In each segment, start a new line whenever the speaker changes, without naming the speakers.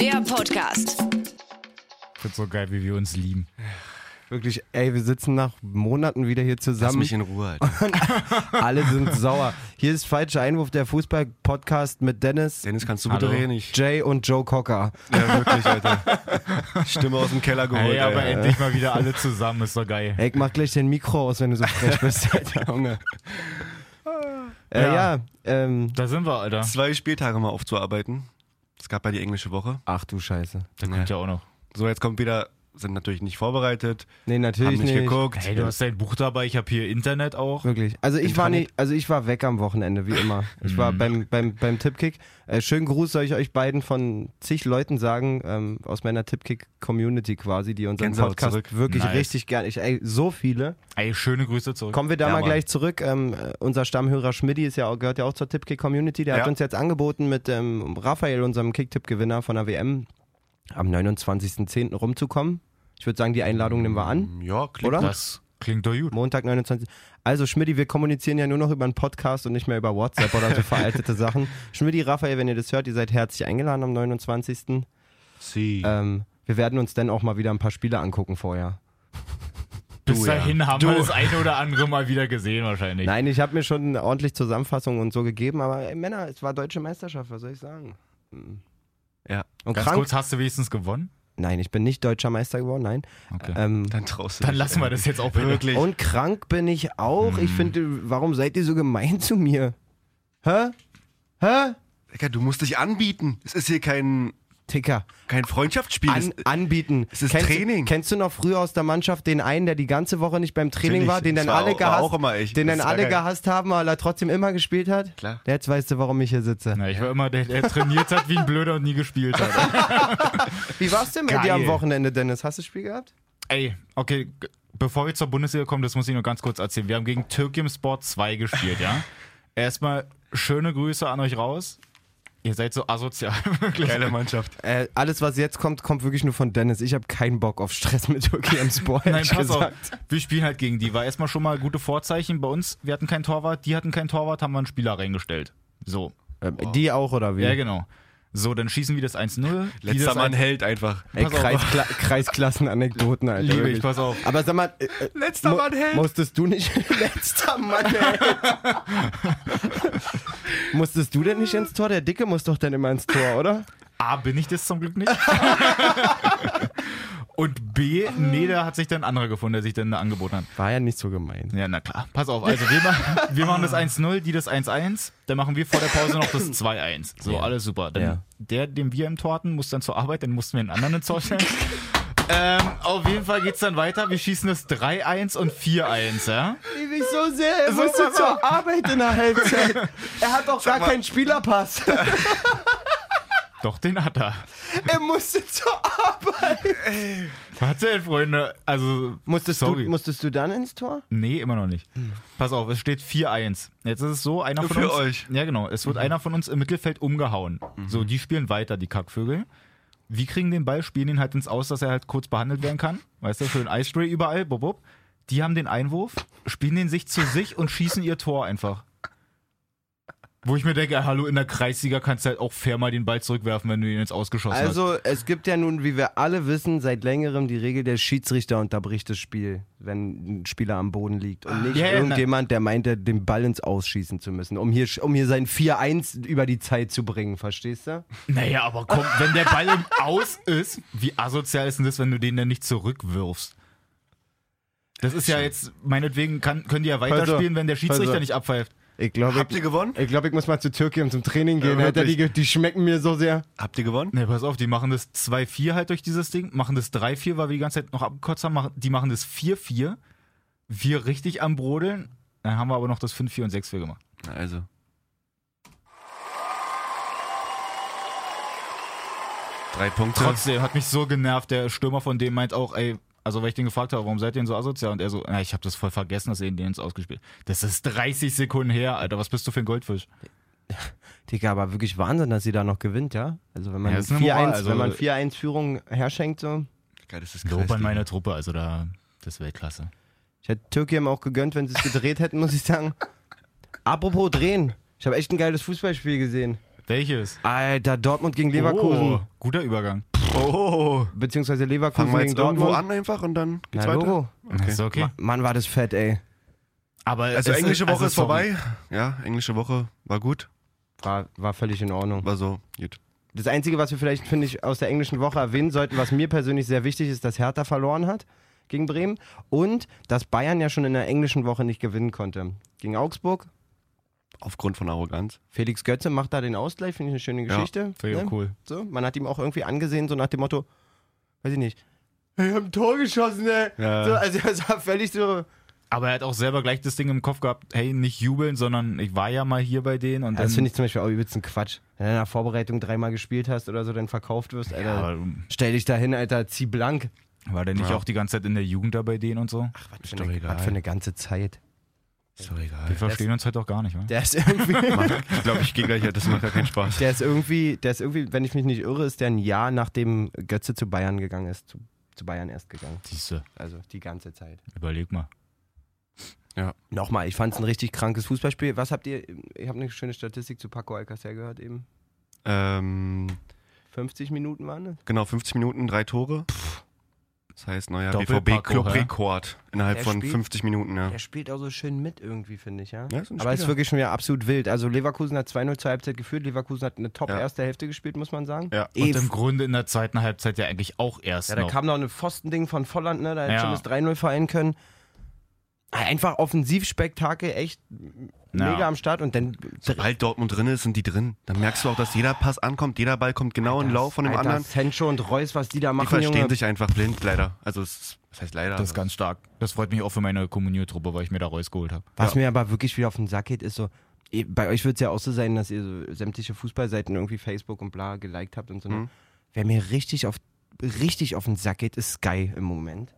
Der Podcast.
Ich find's so geil, wie wir uns lieben.
Wirklich, ey, wir sitzen nach Monaten wieder hier
Lass
zusammen.
mich in Ruhe. Alter.
Alle sind sauer. Hier ist falscher Einwurf, der Fußball-Podcast mit Dennis,
Dennis, kannst du bitte
Hallo.
reden? Ich,
Jay und Joe Cocker.
ja, wirklich, Alter. Stimme aus dem Keller geholt.
Ey, aber
Alter.
endlich mal wieder alle zusammen, ist doch geil.
Ey, ich mach gleich dein Mikro aus, wenn du so frech bist.
Junge.
äh,
Ja.
ja. ähm,
Da sind wir, Alter.
Zwei Spieltage mal aufzuarbeiten. Es gab ja die englische Woche.
ach du Scheiße.
Da kommt ja auch noch.
So, jetzt kommt wieder, sind natürlich nicht vorbereitet,
Nee, natürlich
haben nicht,
nicht.
geguckt.
Hey, du hast dein Buch dabei, ich habe hier Internet auch.
Wirklich. Also ich war nicht, also ich war weg am Wochenende, wie immer. Ich
Mhm.
war beim, beim, beim Tippkick. Äh, schönen Gruß soll ich euch beiden von zig Leuten sagen, ähm, aus meiner Tippkick-Community quasi, die unseren
Gänsehaut
Podcast
zurück.
wirklich
Nice.
richtig gern. Ich, ey, so viele.
Ey, schöne Grüße zurück.
Kommen wir da
Ja,
mal
Mann.
gleich zurück. Ähm, äh, unser Stammhörer Schmidti ist ja auch, gehört ja auch zur Tippkick-Community. Der hat
Ja.
uns jetzt angeboten, mit ähm, Raphael, unserem Kicktipp-Gewinner von der WM, am 29.10. rumzukommen. Ich würde sagen, die Einladung nehmen wir an.
Ja, klingt
Oder?
Das klingt doch gut.
Montag 29. Also Schmidti, wir kommunizieren ja nur noch über einen Podcast und nicht mehr über WhatsApp oder so veraltete Sachen. Schmidti, Raphael, wenn ihr das hört, ihr seid herzlich eingeladen am 29.
Sie.
Ähm, wir werden uns dann auch mal wieder ein paar Spiele angucken vorher.
Bis
ja.
dahin haben wir
Du.
das eine oder andere mal wieder gesehen wahrscheinlich.
Nein, ich habe mir schon ordentlich Zusammenfassungen und so gegeben, aber ey, Männer, es war deutsche Meisterschaft, was soll ich sagen?
Ja.
Und
Ganz
krank?
kurz, hast du wenigstens gewonnen?
Nein, ich bin nicht deutscher Meister geworden, nein.
Okay.
Ähm,
Dann traust du
Dann
dich,
lassen wir
ey.
das jetzt auch bitte.
Wirklich.
und krank bin ich auch. Ich
Hm.
finde, warum seid ihr so gemein zu mir? Hä? Hä?
Digga, du musst dich anbieten. Es ist hier kein,
Ticker.
kein Freundschaftsspiel.
An,
es,
anbieten.
es ist
kennst,
Training.
Du, kennst du noch früher aus der Mannschaft den einen, der die ganze Woche nicht beim Training
Natürlich,
war, den
das
dann
war
alle
auch- war
gehasst,
auch immer ich.
den dann
Das war
alle
geil.
gehasst haben, weil er trotzdem immer gespielt hat?
Klar.
Jetzt weißt du, warum ich hier sitze.
Na, ich war immer der, der trainiert hat wie ein Blöder und nie gespielt hat.
Wie war's denn mit
Geil.
dir am Wochenende, Dennis? Hast du das Spiel gehabt?
Ey, okay, g- bevor wir zur Bundesliga kommen, das muss ich nur ganz kurz erzählen. Wir haben gegen Türkium Sport 2 gespielt, ja? Erstmal schöne Grüße an euch raus. Ihr seid so asozial, wirklich.
geile Mannschaft.
Äh, alles, was jetzt kommt, kommt wirklich nur von Dennis. Ich habe keinen Bock auf Stress mit Türkei im Sport.
Nein,
ehrlich
pass auf.
gesagt.
Wir spielen halt gegen die. War erstmal schon mal gute Vorzeichen bei uns. Wir hatten keinen Torwart, die hatten keinen Torwart, haben wir einen Spieler reingestellt. So.
Ähm, Die auch, oder wie?
Ja, genau. So, dann schießen wir das 1-0. die
Mhm. Letzter
das
Mann
1
hält einfach.
Ey,
Pass auf.
Kreiskla Kreisklassenanekdoten, Alter.
Liebe ich,
wirklich.
pass auf.
Aber sag mal, äh, äh,
Letzter
mu-
Mann hält.
musstest du nicht. Letzter Mann hält. musstest du denn nicht ins Tor? Der Dicke muss doch dann immer ins Tor, oder?
A, bin ich das zum Glück nicht. Und B, nee, da hat sich dann ein anderer gefunden, der sich dann da angeboten hat.
War ja nicht so gemein.
Ja, na klar. Pass auf, also wir, ma wir machen das 1-0, die das 1-1, dann machen wir vor der Pause noch das 2-1. So,
Ja.
alles super. Dann
Ja.
der, den wir im Tor hatten, muss dann zur Arbeit, dann mussten wir einen anderen ins Tor stellen. ähm, auf jeden Fall geht's dann weiter. Wir schießen das 3-1 und 4-1, ja?
Liebe ich so sehr. Er musste zur Arbeit in der Halbzeit. Er hat doch gar keinen Spielerpass.
Doch, den hat er.
er musste zur Arbeit.
Warte, Freunde, also,
Musstest du,
sorry.
musstest du dann ins Tor?
Nee, immer noch nicht. Pass auf, es steht 4-1. Jetzt ist es so, einer von
Für
uns.
euch. Mhm.
Ja, genau. Es wird einer von uns im Mittelfeld umgehauen. So, die spielen weiter, die Kackvögel. Wir kriegen den Ball, spielen ihn halt ins Aus, dass er halt kurz behandelt werden kann. Weißt du, schön Ice Spray überall, bob, bob. Die haben den Einwurf, spielen den sich zu sich und schießen ihr Tor einfach. Wo ich mir denke, hallo, in der Kreisliga kannst du halt auch fair mal den Ball zurückwerfen, wenn du ihn jetzt ausgeschossen hast.
Also, es gibt ja nun, wie wir alle wissen, seit längerem die Regel, der Schiedsrichter unterbricht das Spiel, wenn ein Spieler am Boden liegt. Und nicht
Ah. Ja, ja,
irgendjemand, der meinte, den Ball ins Ausschießen zu müssen, um hier, um hier sein 4-1 über die Zeit zu bringen, verstehst du?
Naja, aber komm, wenn der Ball im Aus ist, wie asozial ist denn das, wenn du den dann nicht zurückwirfst? Das ist ja jetzt, meinetwegen kann, können die ja weiterspielen, wenn der Schiedsrichter
also.
nicht abpfeift.
Ich glaube,
Habt ihr
ich,
gewonnen?
ich, glaub, ich muss mal zu Türkei und zum Training gehen,
Ja,
Alter. Die, ge-
wirklich.
die schmecken mir so sehr.
Habt ihr gewonnen?
Ne, pass auf, die machen das 2-4 halt durch dieses Ding, machen das 3-4, weil wir die ganze Zeit noch abgekotzt haben, machen, die machen das 4-4, wir richtig am Brodeln, dann haben wir aber noch das 5-4 und 6-4 gemacht.
Na, Also. Drei Punkte.
Trotzdem hat mich so genervt, der Stürmer von dem meint auch, ey, also weil ich den gefragt habe, warum seid ihr denn so asozial? Und er so, na, ich habe das voll vergessen, dass ihr den ins Ausgespielt Das ist 30 Sekunden her, Alter, was bist du für ein Goldfisch?
Digga, aber wirklich Wahnsinn, dass sie da noch gewinnt, ja? Also, wenn man
Ja, ist eine
4-1
Moral, also-
wenn man 4-1 Führung herschenkt, so.
Geil, das ist
Lob
Kreisliga.
an meine Truppe, also da, das ist Weltklasse.
Ich hätte Türkei auch gegönnt, wenn sie es gedreht hätten, muss ich sagen. Apropos drehen. Ich habe echt ein geiles Fußballspiel gesehen.
Welches?
Alter, Dortmund gegen Leverkusen.
Oh, guter Übergang.
Oh.
Beziehungsweise
Fangen
Leverkusen
wir
gegen
jetzt irgendwo
Dortmund.
an einfach und dann
Na,
geht's weiter.
Logo.
Okay.
Ist okay.
Mann, war das fett, ey.
Aber
Also
es
englische Woche
also
ist
sorry.
vorbei. Ja, englische Woche war gut.
War, war völlig in Ordnung.
War so, gut.
Das Einzige, was wir vielleicht, finde ich, aus der englischen Woche erwähnen sollten, was mir persönlich sehr wichtig ist, dass Hertha verloren hat gegen Bremen und dass Bayern ja schon in der englischen Woche nicht gewinnen konnte. Gegen Augsburg.
Aufgrund von Arroganz.
Felix Götze macht da den Ausgleich, finde ich eine schöne
Ja,
Geschichte. ne?
Finde ich auch cool.
so, man hat ihm auch irgendwie angesehen, so nach dem Motto, weiß ich nicht, ich hab ein Tor geschossen, ey.
Ja.
So, also er war völlig so.
Aber er hat auch selber gleich das Ding im Kopf gehabt, hey, nicht jubeln, sondern ich war ja mal hier bei denen und
Das
dann.
also finde ich zum Beispiel auch übelsten Quatsch. Wenn du in der Vorbereitung dreimal gespielt hast oder so, dann verkauft wirst, Alter.
Ja, aber
Stell dich da hin, Alter, zieh blank.
war der nicht
Ja.
auch die ganze Zeit in der Jugend da bei denen und so?
Ach, was
doch egal.
was für eine ganze Zeit.
Ist doch egal.
Wir verstehen uns halt auch gar nicht, wa?
Der ist irgendwie,
Ich glaube, ich gehe gleich, ja, das macht ja keinen Spaß.
der ist irgendwie, der ist irgendwie, wenn ich mich nicht irre, ist der ein Jahr nachdem Götze zu Bayern gegangen ist, zu, zu Bayern erst gegangen.
Siehste,
Also die ganze Zeit.
überleg mal.
Nochmal, ich fand es ein richtig krankes Fußballspiel. Was habt ihr, ich habe eine schöne Statistik zu Paco Alcacer gehört eben.
Ähm,
50 Minuten waren es.
genau, 50 Minuten, drei Tore. Das heißt, neuer
Doppelpack auch, ja.
BVB-Clubrekord innerhalb
Der
von
spielt-
50 Minuten, ja.
Der spielt auch so schön mit irgendwie, finde ich, ja.
ja ist ein
Aber es ist
Spieler.
wirklich schon wieder absolut wild. Also Leverkusen hat 2-0 zur Halbzeit geführt. Leverkusen hat eine top
Ja.
erste Hälfte gespielt, muss man sagen.
Ja.
Eh,
Und im Grunde in der zweiten Halbzeit ja eigentlich auch erst.
Ja, da
noch.
kam noch ein Pfostending von Volland, ne? Da hätte
Ja.
schon das 3-0 vereinen können. Einfach Offensivspektakel, echt
Ja.
mega am Start. Und dann
Sobald Dortmund drin ist, sind die drin. Dann merkst du auch, dass jeder Pass ankommt, jeder Ball kommt genau in den Lauf von dem
Alter,
anderen.
Sancho und Reus, was die da
Die
machen,
verstehen
Junge.
sich einfach blind, leider. Also, es ist, das heißt leider. Also,
Das ist ganz stark. Das freut mich auch für meine Kommuniotruppe, weil ich mir da Reus geholt habe.
Was mir aber wirklich wieder auf den Sack geht, ist so, eh, bei euch wird es ja auch so sein, dass ihr so sämtliche Fußballseiten irgendwie Facebook und bla geliked habt und so. ne?
Mhm.
Wer mir richtig auf, richtig auf den Sack geht, ist Sky im Moment.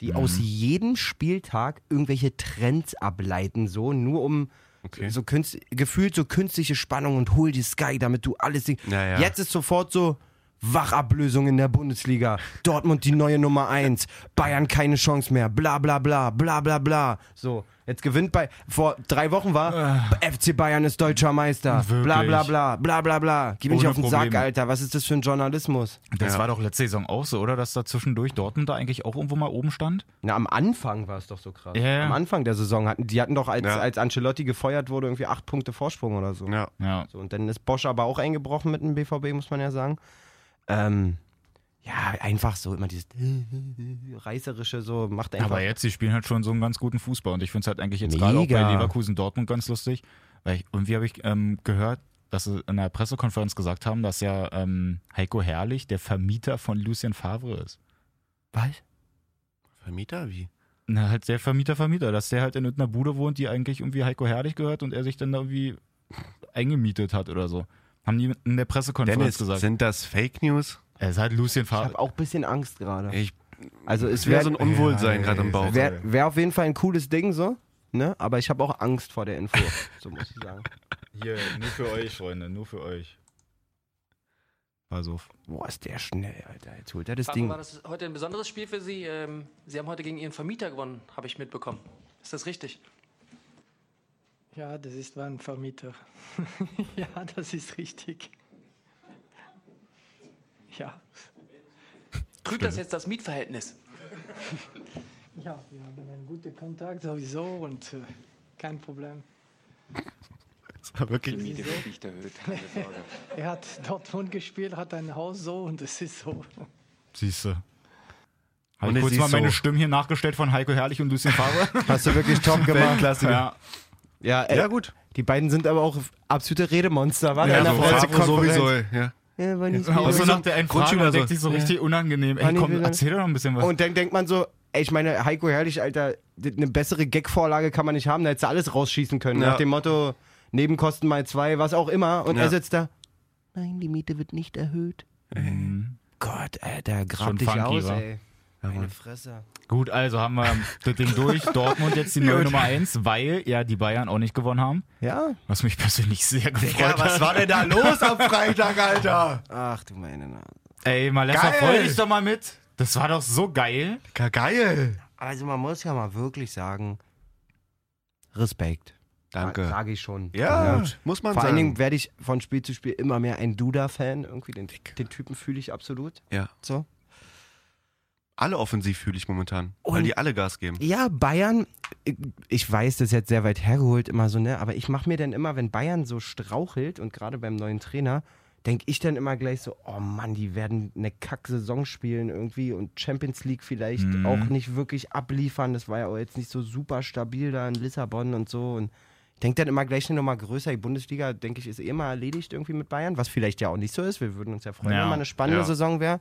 Die
Mhm.
aus jedem Spieltag irgendwelche Trends ableiten, so, nur um
Okay.
so künst, gefühlt so künstliche Spannung und hol die Sky, damit du alles siehst.
Ja, ja.
Jetzt ist sofort so. Wachablösung in der Bundesliga. Dortmund die neue Nummer 1. Bayern keine Chance mehr. Bla bla bla bla bla bla. So, jetzt gewinnt bei. Vor drei Wochen war FC Bayern ist deutscher Meister.
Ah. Wirklich?
Bla bla bla bla bla bla. Gib mich
Ohne
auf den
Probleme.
Sack, Alter. Was ist das für ein Journalismus?
Das
Ja.
war doch letzte Saison auch so, oder? Dass da zwischendurch Dortmund da eigentlich auch irgendwo mal oben stand?
Na, am Anfang war es doch so krass.
Ja, ja.
Am Anfang der Saison hatten die hatten doch, als,
Ja.
als Ancelotti gefeuert wurde, irgendwie acht Punkte Vorsprung oder so.
Ja.
Ja.
So, und dann ist Bosch aber auch eingebrochen mit dem BVB, muss man ja sagen. Ähm, ja, einfach so, immer dieses reißerische, so macht einfach.
Aber jetzt, die spielen halt schon so einen ganz guten Fußball. Und ich finde es halt eigentlich jetzt gerade auch
Mega.
bei Leverkusen Dortmund ganz lustig. Weil ich, irgendwie habe ich ähm, gehört, dass sie in der Pressekonferenz gesagt haben, dass ja ähm, Heiko Herrlich der Vermieter von Lucien Favre ist.
was?
Vermieter, wie?
Na, halt der Vermieter, Vermieter, dass der halt in irgendeiner Bude wohnt, die eigentlich irgendwie Heiko Herrlich gehört und er sich dann da irgendwie eingemietet hat oder so. Haben die in der
Dennis,
Pressekonferenz gesagt.
sind das Fake News?
Es ist halt Lucien
Ich
Favre.
habe auch ein bisschen Angst gerade.
Ich,
Also es
es
wäre
wäre so ein Unwohlsein
Ja,
gerade im Bauch.
wär, wär auf jeden Fall ein cooles Ding, so, ne? Aber ich habe auch Angst vor der Info, so muss ich sagen.
Hier, nur für euch, Freunde, nur für euch. Pass auf.
Boah, ist der schnell, Alter. Jetzt holt er das
Warum
Ding.
war das heute ein besonderes Spiel für Sie? Ähm, Sie haben heute gegen Ihren Vermieter gewonnen, habe ich mitbekommen. Ist das richtig?
Ja, das ist mein Vermieter. ja, das ist richtig. Ja.
Trübt das jetzt das Mietverhältnis?
Ja, wir haben einen guten Kontakt sowieso und äh, kein Problem.
Das war wirklich.
Wieso? er hat Dortmund gespielt, hat ein Haus so und es ist so.
Siehst du.
Und
Habe ich
es
kurz
ist
mal meine
so.
Stimmen hier nachgestellt von Heiko Herrlich und Lucien Favre.
Hast du wirklich top gemacht.
Weltklassiker.
ja.
Ja,
Ja,
äh,
gut.
die beiden sind aber auch absolute Redemonster, war
Ja,
der
also Favre
Pressekonferenz?
sowieso, ja.
Ja, war nicht
Und so
so-
nach der einen Frage
Grundschüler
und denkt
so. Ah,
sich so richtig unangenehm. Ey,
Mann, ich will
komm,
dann-
erzähl doch noch ein bisschen was.
Und dann denkt man so, ey, ich meine, Heiko Herrlich, Alter, d- eine bessere Gag-Vorlage kann man nicht haben, da hättest du alles rausschießen können.
Ja.
Nach dem Motto, Nebenkosten mal zwei, was auch immer. Und
Ja.
er sitzt da, nein, die Miete wird nicht erhöht.
Mhm.
Gott, Alter, grab
Schon
dich
funky,
aus,
wa?
ey. Meine
Mann.
Fresse.
Gut, also haben wir das Ding durch. Dortmund jetzt die neue Nummer 1, weil ja die Bayern auch nicht gewonnen haben.
Ja?
Was mich persönlich sehr gefreut hat.
war denn da los am Freitag, Alter?
Ach du meine Nase.
Ey, Malessa,
Geil!
freu dich doch mal mit. Das war doch so geil.
Geil.
Also man muss ja mal wirklich sagen, Respekt.
Danke.
Sage ich schon.
Ja, muss man
Vor allen
sagen.
Dingen werde ich von Spiel zu Spiel immer mehr ein Duda-Fan. Irgendwie den, den Typen fühle ich absolut.
ja.
So.
Alle offensiv fühle ich momentan, weil
Und-
die alle Gas geben.
Ja, Bayern, ich weiß, das ist jetzt sehr weit hergeholt immer so, ne? Aber ich mache mir dann immer, wenn Bayern so strauchelt und gerade beim neuen Trainer, denke ich dann immer gleich so, oh Mann, die werden eine Kack-Saison spielen irgendwie und Champions League vielleicht
Mhm.
auch nicht wirklich abliefern. Das war ja auch jetzt nicht so super stabil da in Lissabon und so. Und ich denke dann immer gleich eine Nummer größer. Die Bundesliga, denke ich, ist eh mal erledigt irgendwie mit Bayern, was vielleicht ja auch nicht so ist. Wir würden uns ja freuen,
Ja.
wenn mal eine spannende
Ja.
Saison wäre.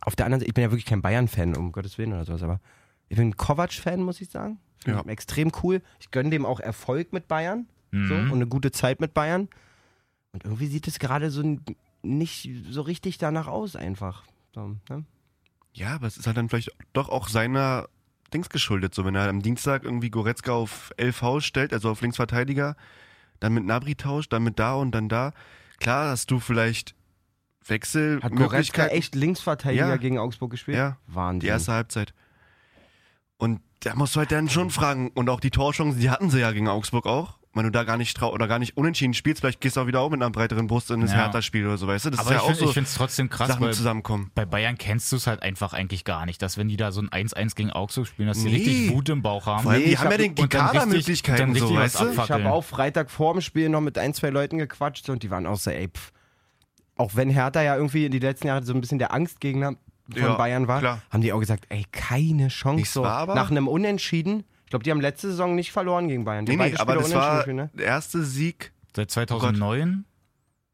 Auf der anderen Seite, ich bin ja wirklich kein Bayern-Fan, um Gottes Willen oder sowas, aber ich bin ein Kovac-Fan, muss ich sagen. Ich
Ja.
bin Extrem cool. Ich gönne dem auch Erfolg mit Bayern so,
Mhm.
und eine gute Zeit mit Bayern. Und irgendwie sieht es gerade so n- nicht so richtig danach aus, einfach. So, ne?
Ja, aber es ist halt dann vielleicht doch auch seiner Dings geschuldet. So, wenn er am Dienstag irgendwie Goretzka auf LV stellt, also auf Linksverteidiger, dann mit Nabri tauscht, dann mit da und dann da. Klar hast du vielleicht Wechsel,
Hat Goretzka
Möglichkeiten.
echt Linksverteidiger
Ja.
gegen Augsburg gespielt?
Ja. halt Die
Mhm.
Wahnsinn.
erste Halbzeit. Und da musst du halt dann schon fragen. Und auch die Torchancen, die hatten sie ja gegen Augsburg auch. Wenn du da gar nicht trau oder gar nicht unentschieden spielst, vielleicht gehst du auch wieder auch mit einer breiteren Brust in das
Ja.
Hertha-Spiel oder so, weißt du? Das
Aber
ist ja
ich
auch
finde
so
es trotzdem krass,
Sachen
weil
die zusammenkommen.
bei Bayern kennst du es halt einfach eigentlich gar nicht, dass wenn die da so ein 1-1 gegen Augsburg spielen, dass die
Nee.
richtig Wut im Bauch haben.
Vor allem,
Nee,
die
ich
haben ja
hab-
den, die
und dann richtig-
Kadermöglichkeiten
dann
so,
richtig was
weißt du?
abfacken.
Ich habe
Fackeln.
auch Freitag vorm Spiel noch mit ein, zwei Leuten gequatscht und die waren auch so, ey, pff. Auch wenn Hertha ja irgendwie in die letzten Jahre so ein bisschen der Angstgegner von
Ja,
Bayern war,
klar.
haben die auch gesagt, ey, keine Chance.
Nichts
so.
war aber-
Nach einem Unentschieden. Ich glaube, die haben letzte Saison nicht verloren gegen Bayern. Die
Nee,
haben
nee,
beide
aber
Spiele
das
unentschieden
war
gespielt, ne?
der erste Sieg
Seit 2009,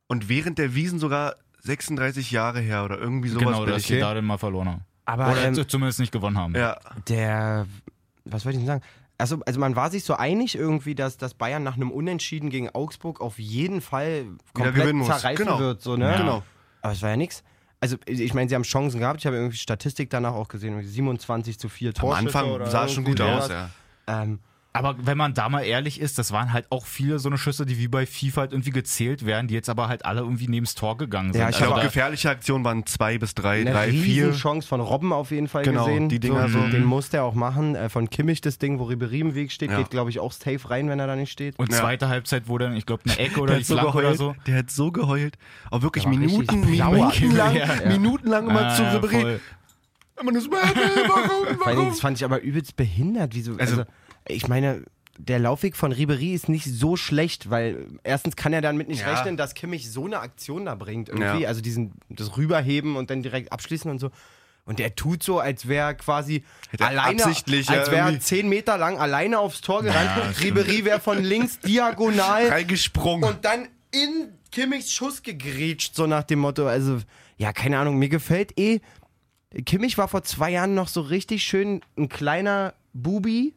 und während der Wiesen sogar 36 Jahre her oder irgendwie sowas.
genau,
bin
dass
ich.
die da dann mal verloren haben.
Aber
Oder
ähm,
zu- zumindest nicht gewonnen haben.
Ja,
der, was wollte ich denn sagen? Also, also man war sich so einig irgendwie, dass, dass Bayern nach einem Unentschieden gegen Augsburg auf jeden Fall komplett
gewinnen muss.
zerreißen
Genau.
wird. So, ne?
Ja.
genau.
Aber es war ja nichts. Also, ich meine, sie haben Chancen gehabt. Ich habe irgendwie Statistik danach auch gesehen. irgendwie 27 zu 4
Am
Torschüsse.
Anfang
oder
sah es schon gut
irgendwie
aus,
sowas.
ja.
Ähm,
Aber wenn man da mal ehrlich ist, das waren halt auch viele so eine Schüsse, die wie bei FIFA halt irgendwie gezählt werden, die jetzt aber halt alle irgendwie neben das Tor gegangen sind.
Ja, ich
Ich
Also
glaube,
da-
gefährliche Aktionen waren zwei bis drei,
eine
drei,
riesen
vier.
Chance von Robben auf jeden Fall
Genau,
gesehen.
die Dinger so.
Den musste er auch machen. Äh, Von Kimmich das Ding, wo Ribéry im Weg steht,
Ja.
geht, glaube ich, auch safe rein, wenn er da nicht steht.
und
Ja.
zweite Halbzeit wurde dann, ich glaube, eine Ecke oder
Der
die
hat so
Flanke oder
geheult,
so.
der hat so geheult. Auch wirklich
Der war
Minuten,
richtig sauer.
minutenlang,
Ja.
minutenlang
um
immer zu
Ah,
Ribéry.
voll.
Immer nur so, warum,
Vor allen Dingen,
warum?
das fand ich aber übelst behindert. Wieso? Also,
Also-
ich meine, der Laufweg von Ribery ist nicht so schlecht, weil äh, erstens kann er damit nicht
Ja.
rechnen, dass Kimmich so eine Aktion da bringt. Irgendwie.
Ja.
Also diesen, das Rüberheben und dann direkt abschließen und so. Und er tut so, als wäre er quasi
Hätte er
alleine,
absichtlich,
als
ja,
wäre er
irgendwie-
zehn Meter lang alleine aufs Tor gerannt.
Ja,
und
stimmt.
Ribery wäre von links diagonal
Reingesprungen.
und dann in Kimmichs Schuss gegrätscht, so nach dem Motto. Also, ja, keine Ahnung, mir gefällt eh. Kimmich war vor zwei Jahren noch so richtig schön ein kleiner Bubi,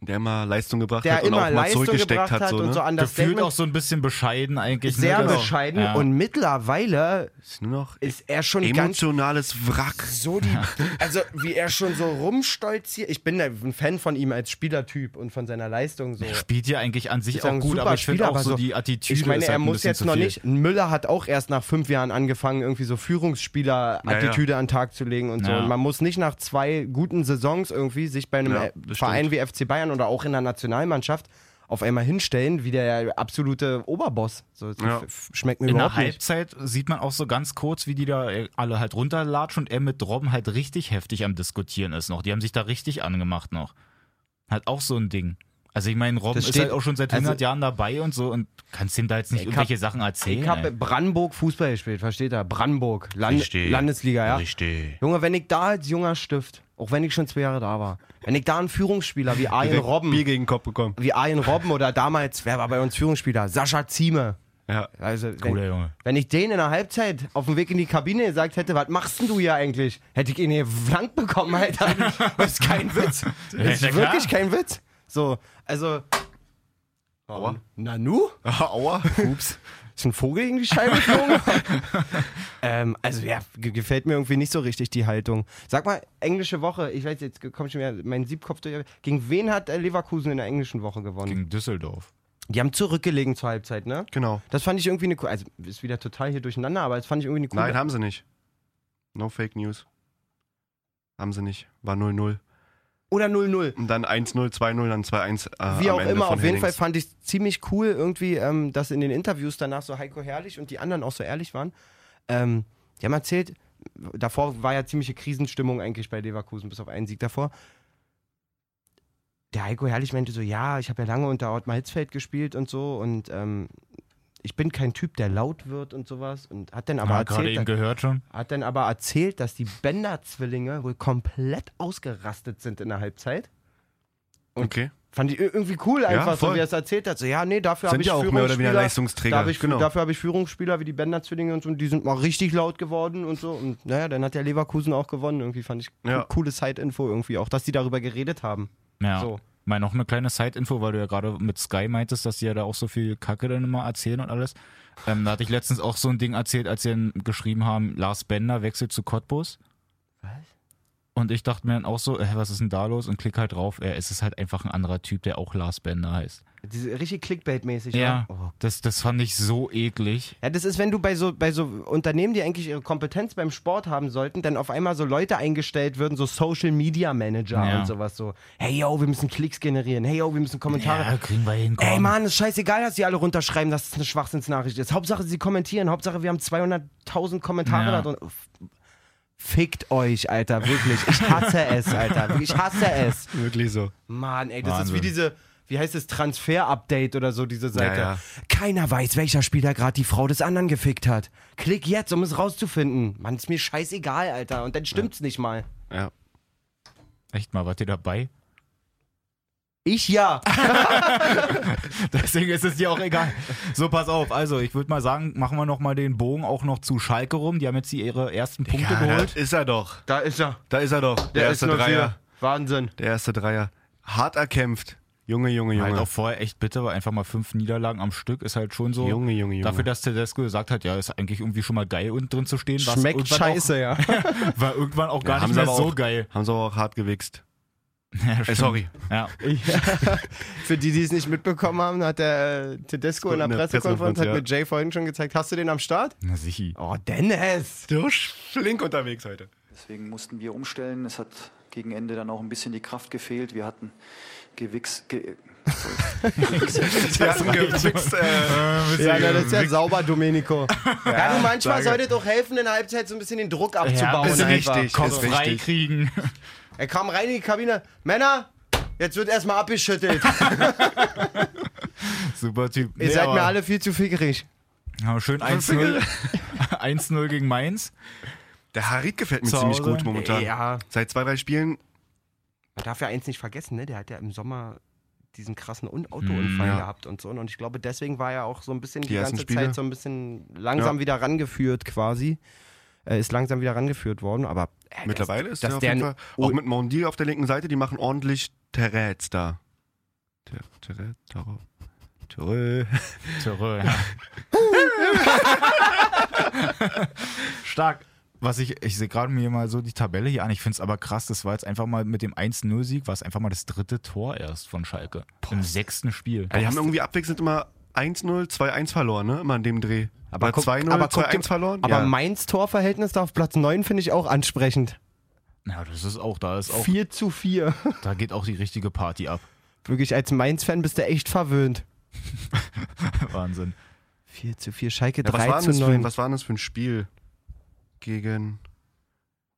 Der immer Leistung gebracht
der
hat und
immer
auch mal
Leistung
zurückgesteckt
gebracht hat
hat. So,
und so
ne?
an das
Gefühlt auch
Statement
so ein bisschen bescheiden eigentlich. ne?
sehr
Das-
bescheiden.
Ja.
Und mittlerweile
Ist nur noch
ist er schon ganz
emotionales Wrack.
so die, also wie er schon so rumstolziert. Ich bin ein Fan von ihm als Spielertyp und von seiner Leistung so.
Er spielt ja eigentlich an sich
ist ja
auch
ein
gut,
super
aber ich finde
Spieler,
auch
aber
so,
so-
die Attitüde
Ich meine,
ist
er
halt ein
muss
bisschen
jetzt
zu
noch
viel.
nicht. Müller hat auch erst nach fünf Jahren angefangen, irgendwie so Führungsspieler-Attitüde an den Tag zu legen und so.
Ja.
Und man muss nicht nach zwei guten Saisons irgendwie sich bei einem
Ja,
äh,
das
Verein wie FC Bayern oder auch in der Nationalmannschaft auf einmal hinstellen wie der absolute Oberboss. So, das
Ja.
f- schmeckt mir
In der
überhaupt nicht.
Halbzeit sieht man auch so ganz kurz, wie die da äh, alle halt runterlatschen und er mit Robben halt richtig heftig am Diskutieren ist noch. Die haben sich da richtig angemacht noch. Hat auch so ein Ding. Also ich meine, Robben
Das
ist
steht-
halt auch schon seit
also-
100 Jahren dabei und so und kannst ihm da jetzt nicht
Ich hab-
irgendwelche Sachen erzählen.
Ich habe
ey.
Brandenburg Fußball gespielt, versteht er? Brandenburg, Land
Richtig.
Landesliga, ja.
Richtig.
Junge, wenn ich da als junger Stift, auch wenn ich schon zwei Jahre da war, wenn ich da einen Führungsspieler wie Arjen Robben
Bier gegen den Kopf bekommen.
wie Arjen Robben oder damals, wer war bei uns Führungsspieler? Sascha Zieme.
Ja.
Also,
Cooler
wenn,
Junge.
wenn ich den in der Halbzeit auf dem Weg in die Kabine gesagt hätte, was machst denn du hier eigentlich? Hätte ich ihn hier blank bekommen, Alter. Das ist kein Witz. Das
na
ist
klar.
wirklich kein Witz. So, also.
Oh.
Aua.
Nanu?
Aua. Ups.
Ist ein Vogel gegen die Scheibe geflogen? ähm, also ja, ge- gefällt mir irgendwie nicht so richtig die Haltung. Sag mal, englische Woche, ich weiß, jetzt kommt schon wieder mein Siebkopf durch. Gegen wen hat äh, Leverkusen in der englischen Woche gewonnen?
Gegen Düsseldorf.
Die haben zurückgelegen zur Halbzeit, ne?
Genau.
Das fand ich irgendwie eine coole. Also ist wieder total hier durcheinander, aber das fand ich irgendwie eine coole.
Nein, haben sie nicht. No Fake News. Haben sie nicht. War 0-0.
oder 0-0.
Und dann 1-0, 2-0, dann 2-1. Äh,
Wie
am
auch
Ende
immer,
von
auf jeden Fall
Hennings.
fand ich ziemlich cool irgendwie, ähm, dass in den Interviews danach so Heiko Herrlich und die anderen auch so ehrlich waren. Ähm, die haben erzählt, davor war ja ziemliche Krisenstimmung eigentlich bei Leverkusen, bis auf einen Sieg davor. Der Heiko Herrlich meinte so, ja, ich habe ja lange unter Ottmar Hitzfeld gespielt und so und ähm, ich bin kein Typ, der laut wird und sowas und hat dann aber
Aber gerade
erzählt,
eben gehört schon.
hat dann aber erzählt, dass die Bender-Zwillinge wohl komplett ausgerastet sind in der Halbzeit.
Okay.
Fand ich ir- irgendwie cool einfach, so
voll.
wie er es erzählt hat. So, ja, nee, dafür habe
Sind
ich
ja auch mehr oder weniger
Führungsspieler,
Leistungsträger.
Da hab ich,
genau.
Dafür habe ich Führungsspieler wie die Bender-Zwillinge und so, und die sind mal richtig laut geworden und so. Und naja, dann hat der Leverkusen auch gewonnen. Irgendwie fand ich co-
Ja.
coole Side-Info irgendwie auch, dass die darüber geredet haben.
Ja.
So.
Mal noch eine kleine Side-Info, weil du ja gerade mit Sky meintest, dass die ja da auch so viel Kacke dann immer erzählen und alles. Ähm, da hatte ich letztens auch so ein Ding erzählt, als sie dann geschrieben haben, Lars Bender wechselt zu Cottbus. Und ich dachte mir dann auch so, äh, was ist denn da los? Und klick halt drauf, äh, es ist halt einfach ein anderer Typ, der auch Lars Bender heißt.
Diese, richtig Clickbait-mäßig.
Ja,
wa? Oh
das, das fand ich so eklig.
Ja, das ist, wenn du bei so, bei so Unternehmen, die eigentlich ihre Kompetenz beim Sport haben sollten, dann auf einmal so Leute eingestellt würden, so Social Media Manager
Ja.
und sowas so. Hey yo, wir müssen Klicks generieren. Hey yo, wir müssen Kommentare.
Ja, kriegen wir hin, komm.
Ey Mann, ist scheißegal, dass die alle runterschreiben, dass es eine Schwachsinnsnachricht ist. Hauptsache, sie kommentieren. Hauptsache, wir haben 200.000 Kommentare
Ja.
da drin. Uff. Fickt euch, Alter, wirklich. Ich hasse es, Alter. Ich hasse es.
Wirklich so.
Mann, ey, das
Wahnsinn.
ist wie diese, wie heißt es, Transfer-Update oder so, diese Seite.
Ja, ja.
Keiner weiß, welcher Spieler gerade die Frau des anderen gefickt hat. Klick jetzt, um es rauszufinden. Mann, ist mir scheißegal, Alter. Und dann stimmt's nicht mal.
Ja.
Echt mal, wart ihr dabei?
Ich ja.
Deswegen ist es dir auch egal. So, pass auf. Also, ich würde mal sagen, machen wir nochmal den Bogen auch noch zu Schalke rum. Die haben jetzt hier ihre ersten Punkte
Ja,
geholt.
da ist er doch.
Da ist er.
Da ist er doch. Der, erste Dreier.
Wahnsinn.
Der erste Dreier. Hart erkämpft. Junge, Junge, Junge.
Halt auch vorher echt bitter, weil einfach mal fünf Niederlagen am Stück ist halt schon so.
Junge, Junge, Junge.
Dafür, dass Tedesco gesagt hat, ja, ist eigentlich irgendwie schon mal geil, unten drin zu stehen. was
Schmeckt
irgendwann
scheiße, ja.
Auch, war irgendwann auch gar
Ja,
nicht
sie
mehr
aber
so
auch,
geil.
Haben sie aber auch hart gewichst.
Ja,
Äh,
stimmt.
sorry.
Ja.
Für die, die es nicht mitbekommen haben, hat der äh, Tedesco in der Pressekonferenz hat
ja.
mit Jay vorhin schon gezeigt. Hast du den am Start?
Na, sichi.
Oh, Dennis!
Du flink unterwegs heute.
Deswegen mussten wir umstellen. Es hat gegen Ende dann auch ein bisschen die Kraft gefehlt. Wir hatten Gewichs. Ge
Wir hatten gewichst. Äh,
Ja, na, das ist ja sauber, Domenico. Ja, du, manchmal
danke.
sollte doch helfen, in der Halbzeit so ein bisschen den Druck abzubauen.
ist
einfach.
richtig.
Kopf
Ist richtig.
freikriegen.
Er kam rein in die Kabine. Männer, jetzt wird erstmal abgeschüttelt.
Super Typ.
Ihr seid mir alle viel zu fickerig.
Ja, schön 1-0. 1-0 gegen Mainz.
der Harit gefällt mir
Zu
ziemlich
Hause?
gut momentan.
Ja.
Seit zwei, drei Spielen.
Man darf ja eins nicht vergessen, ne? Der hat ja im Sommer diesen krassen Un- Autounfall
Hm, ja.
gehabt und so. Und ich glaube, deswegen war er auch so ein bisschen die,
Die ersten
ganze
Spiele.
Zeit so ein bisschen langsam
Ja.
wieder rangeführt quasi. Äh, ist langsam wieder rangeführt worden, aber äh,
Mittlerweile ist
dass
der auf
der
jeden Fall.
ein-
Auch mit Mondi auf der linken Seite, die machen ordentlich Terrets da. Ter- Terrets, Terrets, Terrets.
Töre, ja. Stark. Was ich, ich sehe gerade mir mal so die Tabelle hier an. Ich finde es aber krass, das war jetzt einfach mal mit dem 1-0-Sieg, war es einfach mal das dritte Tor erst von Schalke. Im sechsten Spiel.
Ja, die haben irgendwie abwechselnd immer 1-0, 2-1 verloren, ne? Immer an dem Dreh.
Aber
Oder
guck-
2-0,
aber guck
2-1
dir-
verloren.
Aber
ja.
Mainz Torverhältnis da auf Platz 9 finde ich auch ansprechend.
Ja, das ist auch, da ist auch,
4 zu 4.
da geht auch die richtige Party ab.
Wirklich, als Mainz-Fan bist du echt verwöhnt.
Wahnsinn.
4 zu 4, Schalke
Ja, was,
3
war
zu
denn das für,
9.
ein- was war denn das für ein Spiel gegen,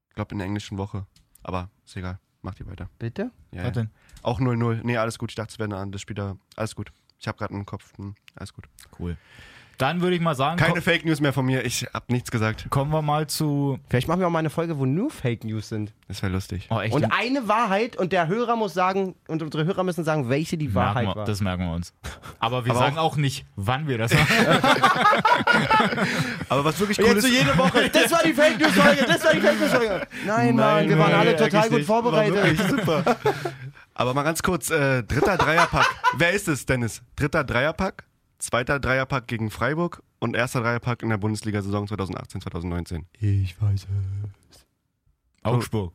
ich glaube, in der englischen Woche. Aber ist egal, macht ihr weiter.
Bitte?
Ja,
Was
ja.
denn?
Auch 0-0. Nee, alles gut. Ich dachte, es wäre ein anderes Spiel da. Alles gut. Ich habe gerade einen Kopf. Hm, alles gut.
Cool. Dann würde ich mal sagen,
Keine
ko
Fake News mehr von mir. Ich habe nichts gesagt.
kommen wir mal zu.
Vielleicht machen wir auch mal eine Folge, wo nur Fake News sind.
Das wäre lustig.
Oh, echt?
Und eine Wahrheit und der Hörer muss sagen, und unsere Hörer müssen sagen, welche die Wahrheit
merken wir,
war.
das merken wir uns. Aber wir
Aber
sagen auch, nicht, wann wir das machen.
Aber was wirklich
Und
cool
jetzt
ist,
so jede Woche, das war die Fake News Folge, das war die Fake News Folge. Nein, Mann, wir waren
nein,
alle total
eigentlich
gut
nicht. War
vorbereitet.
wirklich super. Aber mal ganz kurz, äh, dritter Dreierpack. Wer ist es, Dennis? Dritter Dreierpack, zweiter Dreierpack gegen Freiburg und erster Dreierpack in der Bundesliga-Saison 2018, 2019.
Augsburg.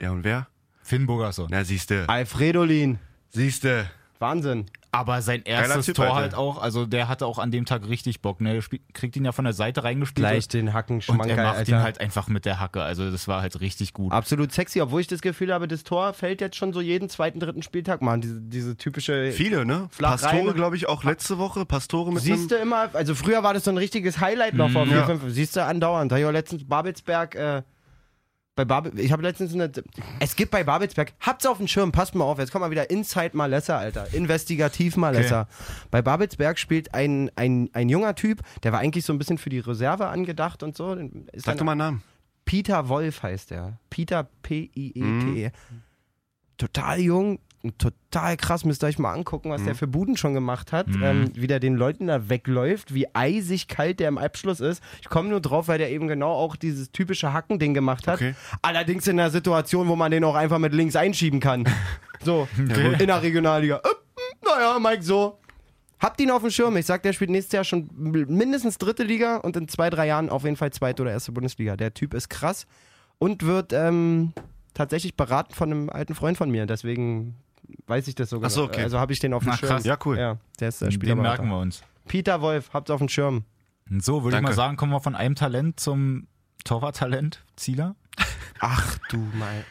Ja, und wer?
Finn Burgerson.
Na, siehste.
Alfredolin.
Siehste.
Wahnsinn.
Aber sein erstes
Typ,
Tor
Alter.
halt auch, also der hatte auch an dem Tag richtig Bock. Ne? Der spielt, kriegt ihn ja von der Seite reingespielt.
Gleich den Hacken
und er macht ihn
Alter.
halt einfach mit der Hacke. Also das war halt richtig gut.
Absolut sexy, obwohl ich das Gefühl habe, das Tor fällt jetzt schon so jeden zweiten, dritten Spieltag mal. Diese, diese typische.
Viele, ne?
Flach
Pastore,
rein.
glaube ich, auch letzte Woche. Pastore mit Mhm.
Siehst du immer, also früher war das so ein richtiges Highlight noch vor vier,
ja.
fünf. Siehst du andauernd. Da hab ich auch letztens Babelsberg, äh, bei Babel, ich habe letztens eine. Es gibt bei Babelsberg, habt's auf dem Schirm, passt mal auf, jetzt kommt mal wieder Inside Malessa, Alter. Investigativ Malessa. Bei Babelsberg spielt ein, ein, ein junger Typ, der war eigentlich so ein bisschen für die Reserve angedacht und so. Ist
Sag
dann
doch mal einen Namen.
Peter Wolf heißt er. Peter P-I-E-T. E. Total jung, und total krass. Müsst ihr euch mal angucken, was der für Buden schon gemacht hat. Ähm, wie der den Leuten da wegläuft, wie eisig kalt der im Abschluss ist. Ich komme nur drauf, weil der eben genau auch dieses typische Hackending gemacht hat.
Okay.
Allerdings in einer Situation, wo man den auch einfach mit links einschieben kann. So, in der Regionalliga. Äh, mh, Naja, Mike, so. Habt ihn auf dem Schirm. Ich sag, der spielt nächstes Jahr schon mindestens dritte Liga und in zwei, drei Jahren auf jeden Fall zweite oder erste Bundesliga. Der Typ ist krass und wird ähm, tatsächlich beraten von einem alten Freund von mir. Deswegen weiß ich das sogar.
Ach so, okay.
Also habe ich den auf dem
Na,
Schirm.
krass.
Ja, cool.
Ja, der ist der Spieler.
den merken wir uns.
Peter Wolf, habt's auf dem Schirm.
Und so würde ich
Danke.
mal sagen, kommen wir von einem Talent zum Torwarttalent, Zieler.
Ach du mein.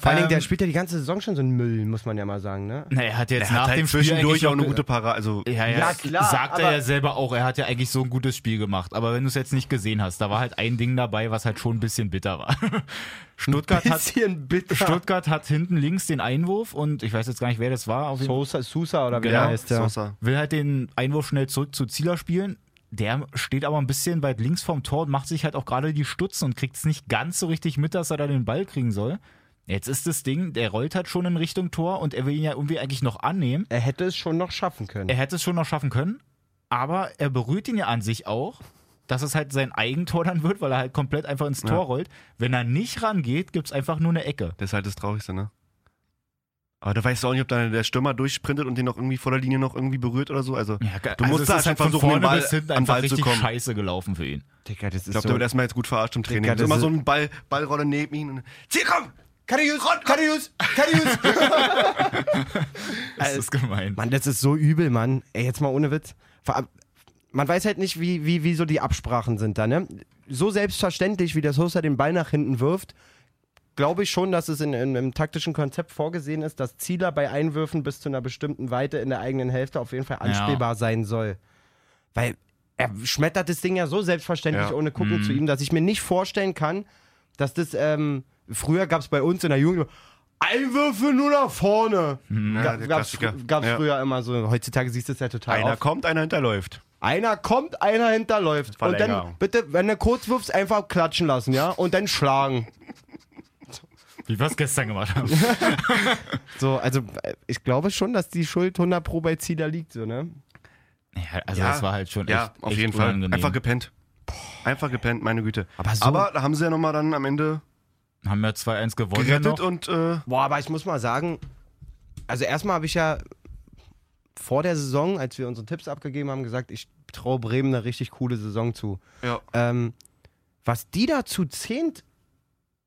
Vor allen Dingen, der spielt ja die ganze Saison schon so einen Müll, muss man ja mal sagen, ne?
Na, er hat jetzt
Er
nach
hat
dem
halt
Spiel eigentlich
zwischendurch auch
noch
eine
ge-
gute Parade. Also,
Ja, ja,
Ja,
das
klar,
sagt er
aber-
ja selber auch, er hat ja eigentlich so ein gutes Spiel gemacht. Aber wenn du es jetzt nicht gesehen hast, da war halt ein Ding dabei, was halt schon ein bisschen bitter war. Stuttgart hat,
Bisschen bitter.
Stuttgart hat hinten links den Einwurf und ich weiß jetzt gar nicht, wer das war. Auf jeden
Sosa, Sousa oder wie der
genau.
ja,
heißt der?
Sosa.
will halt den Einwurf schnell zurück zu Zieler spielen. Der steht aber ein bisschen weit links vom Tor und macht sich halt auch gerade die Stutzen und kriegt es nicht ganz so richtig mit, dass er da den Ball kriegen soll. Jetzt ist das Ding, der rollt halt schon in Richtung Tor und er will ihn ja irgendwie eigentlich noch annehmen.
Er hätte es schon noch schaffen können.
Er hätte es schon noch schaffen können, aber er berührt ihn ja an sich auch, dass es halt sein Eigentor dann wird, weil er halt komplett einfach ins Tor
Ja.
rollt. Wenn er nicht rangeht, gibt es einfach nur eine Ecke.
Das ist halt das Traurigste, ne? Aber da weißt du auch nicht, ob da der Stürmer durchsprintet und den noch irgendwie vor der Linie noch irgendwie berührt oder so. Also,
Ja, ge-
du
also
musst
es
da
ist
halt
halt von
schon versuchen, den
vorne
Ball
bis hinten
an den
einfach
Ball zu
richtig
kommen.
scheiße gelaufen für ihn.
Digga, das ist
Ich glaube, der wird erstmal jetzt gut verarscht im Training.
Digga,
Das ist immer
das
so
ist-
ein Ball, Ballrolle neben ihm. und- Zieh, komm!
Karius, Karius, Karius.
Das ist gemein.
Mann, das ist so übel, Mann. Ey, jetzt mal ohne Witz. Vor- Man weiß halt nicht, wie, wie, wie so die Absprachen sind da, ne? So selbstverständlich, wie das Hoster den Ball nach hinten wirft, glaube ich schon, dass es in, in, im taktischen Konzept vorgesehen ist, dass Zieler bei Einwürfen bis zu einer bestimmten Weite in der eigenen Hälfte auf jeden Fall anspielbar sein soll. Weil er schmettert das Ding ja so selbstverständlich
Ja.
ohne Gucken zu ihm, dass ich mir nicht vorstellen kann, dass das, ähm, früher gab es bei uns in der Jugend, Einwürfe nur nach vorne.
Ja, der
Gab's,
Also Klassiker.
gab's
Ja.
früher immer so. Heutzutage siehst du es ja total
Einer
oft.
kommt, einer hinterläuft.
Einer kommt, einer hinterläuft. Und dann
Verlängerung.
bitte, wenn du kurz wirfst, einfach klatschen lassen, ja? Und dann schlagen.
Wie wir es gestern gemacht haben.
So, also äh, ich glaube schon, dass die Schuld 100 pro bei Zieler liegt, so, ne?
Ja, also das war halt schon
Ja,
echt,
auf
echt
jeden
unangenehm.
Fall. Einfach gepennt. Einfach gepennt, meine Güte.
Aber so-
da haben sie ja nochmal dann am Ende
Haben wir 2-1 gewonnen.
gerettet
noch.
und äh,
Boah, aber ich muss mal sagen, also erstmal habe ich ja vor der Saison, als wir unsere Tipps abgegeben haben, gesagt, ich traue Bremen eine richtig coole Saison zu.
ja.
Ähm, was die da zu zehnt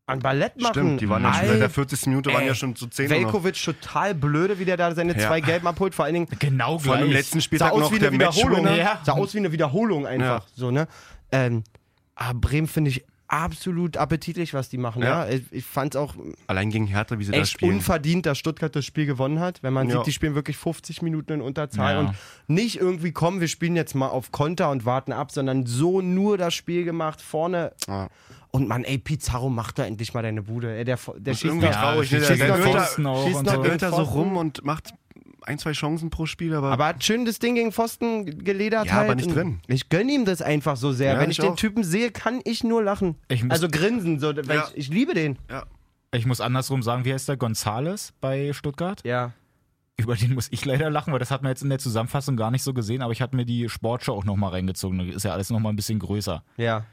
an Ballett machen.
Stimmt, die waren ja schon seit der
Alter,
40. Minute waren
Ey,
ja schon zu 10 nur noch.
Velkovic total blöde, wie der da seine
Ja.
zwei Gelben abholt. Vor allen Dingen
Genau
Vor
gleich.
allem letzten
sah
Spieltag
aus
noch
wie
der
eine Wiederholung.
Matchwinner.
Ja.
Sah aus wie eine Wiederholung einfach. So, ne? ähm, aber Bremen finde ich absolut appetitlich, was die machen. Ja.
Ja.
Ich, ich fand es auch
Allein gegen Hertha, wie sie da
echt
spielen.
unverdient, dass Stuttgart das Spiel gewonnen hat. Wenn man
Ja.
sieht, die spielen wirklich 50 Minuten in Unterzahl
Ja.
und nicht irgendwie kommen, wir spielen jetzt mal auf Konter und warten ab, sondern so nur das Spiel gemacht, vorne.
Ja.
Und Mann, ey, Pizarro, mach da endlich mal deine Bude. Ey, der, der schießt
irgendwie
da,
traurig, ne?
ja,
Der
schießt nach
schießt noch
Sven
gegen-
Hütter
Pfosten auch
schießt
und
noch
so.
gegen-
irrt da so
Pfosten.
rum und macht ein, zwei Chancen pro Spiel, aber,
Aber hat schön das Ding gegen Pfosten geledert
Ja,
halt.
aber nicht
Und
drin.
Ich gönne ihm das einfach so sehr.
Ja,
wenn ich
ich
den
auch.
Typen sehe, kann ich nur lachen.
Ich muss-
also grinsen. So, weil
Ja.
ich, ich liebe den.
Ich muss andersrum sagen, wie heißt der? Gonzales bei Stuttgart?
Ja.
Über den muss ich leider lachen, weil das hat man jetzt in der Zusammenfassung gar nicht so gesehen, aber ich hatte mir die Sportschau auch nochmal reingezogen. Da ist ja alles nochmal ein bisschen größer.
Ja.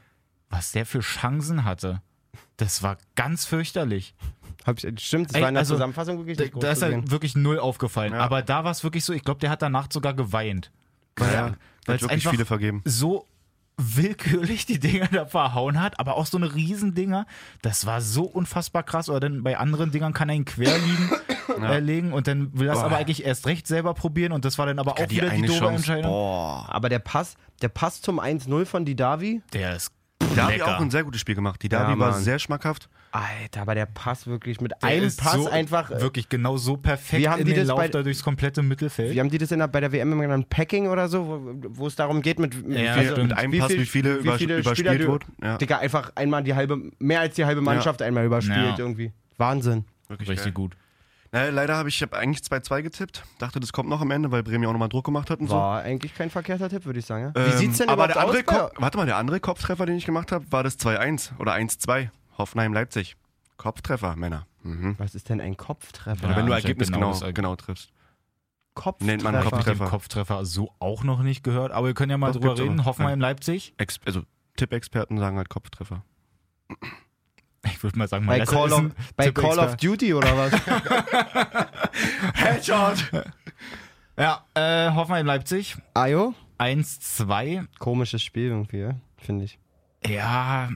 Was der für Chancen hatte, das war ganz fürchterlich.
Hab ich, stimmt, das
Ey,
war in der
also,
Zusammenfassung wirklich
Da,
nicht groß
da ist
zu sehen.
halt wirklich null aufgefallen.
Ja.
Aber da war es wirklich so, ich glaube, der hat danach sogar geweint.
ja, ja,
weil
hat
es
wirklich
einfach-
viele vergeben.
so willkürlich die Dinger da verhauen hat, aber auch so eine Riesendinger, das war so unfassbar krass. Oder dann bei anderen Dingern kann er ihn quer liegen. äh, legen und dann will das aber eigentlich erst recht selber probieren und das war dann aber auch wieder die doofe Entscheidung.
Boah.
Aber der Pass, der Pass zum 1-0 von Didavi,
Der ist
Da habe ich auch ein sehr gutes Spiel gemacht. Die Derby
Ja,
war
Mann.
sehr schmackhaft.
Alter, aber der Pass wirklich mit
Der
einem
ist
Pass
so,
einfach. äh,
Wirklich genau so perfekt
Wie haben
in
die
den
das
Lauf
bei-
da durchs komplette Mittelfeld.
Wie haben die das in der, bei der WM immer genannt? Packing oder so, wo, wo es darum geht, mit, mit,
Ja,
also
stimmt.
Mit einem Pass, wie viele, über,
Spieler
überspielt
du-
wurden. Ja,
Digga, einfach einmal die halbe, mehr als die halbe Mannschaft einmal überspielt
Ja.
irgendwie. Wahnsinn.
wirklich
Richtig
geil.
gut.
Naja, leider habe ich, ich hab eigentlich 2-2 getippt. Dachte, das kommt noch am Ende, weil Bremen ja auch nochmal Druck gemacht hat und so.
War eigentlich kein verkehrter Tipp, würde ich sagen. Ja? Wie
Ähm,
sieht's denn
aber
überhaupt
der andere
aus? bei-
Kopf, Warte mal, der andere Kopftreffer, den ich gemacht habe, war das 2-1 oder 1-2. Hoffenheim-Leipzig. Kopftreffer, Männer. Mhm.
Was ist denn ein Kopftreffer?
Oder
Ja,
wenn du
ich hab
Ergebnis
genau
genau,
das
genau,
Ergebnis.
triffst.
Kopftreffer.
Nennt man
Ich habe den
Kopftreffer.
Kopftreffer so auch noch nicht gehört, aber wir können ja mal
Doch,
drüber
gibt's
reden.
aber.
Hoffenheim, Leipzig.
Ex also Tippexperten sagen halt Kopftreffer.
Ich würde mal sagen,
Bei,
Malessa
Call
ist
of,
ein
bei
Tippexperte.
Call of Duty oder was?
Headshot!
Ja, äh, Hoffenheim, Leipzig.
Ajo?
1-2.
Komisches Spiel irgendwie, ja? finde ich.
Ja,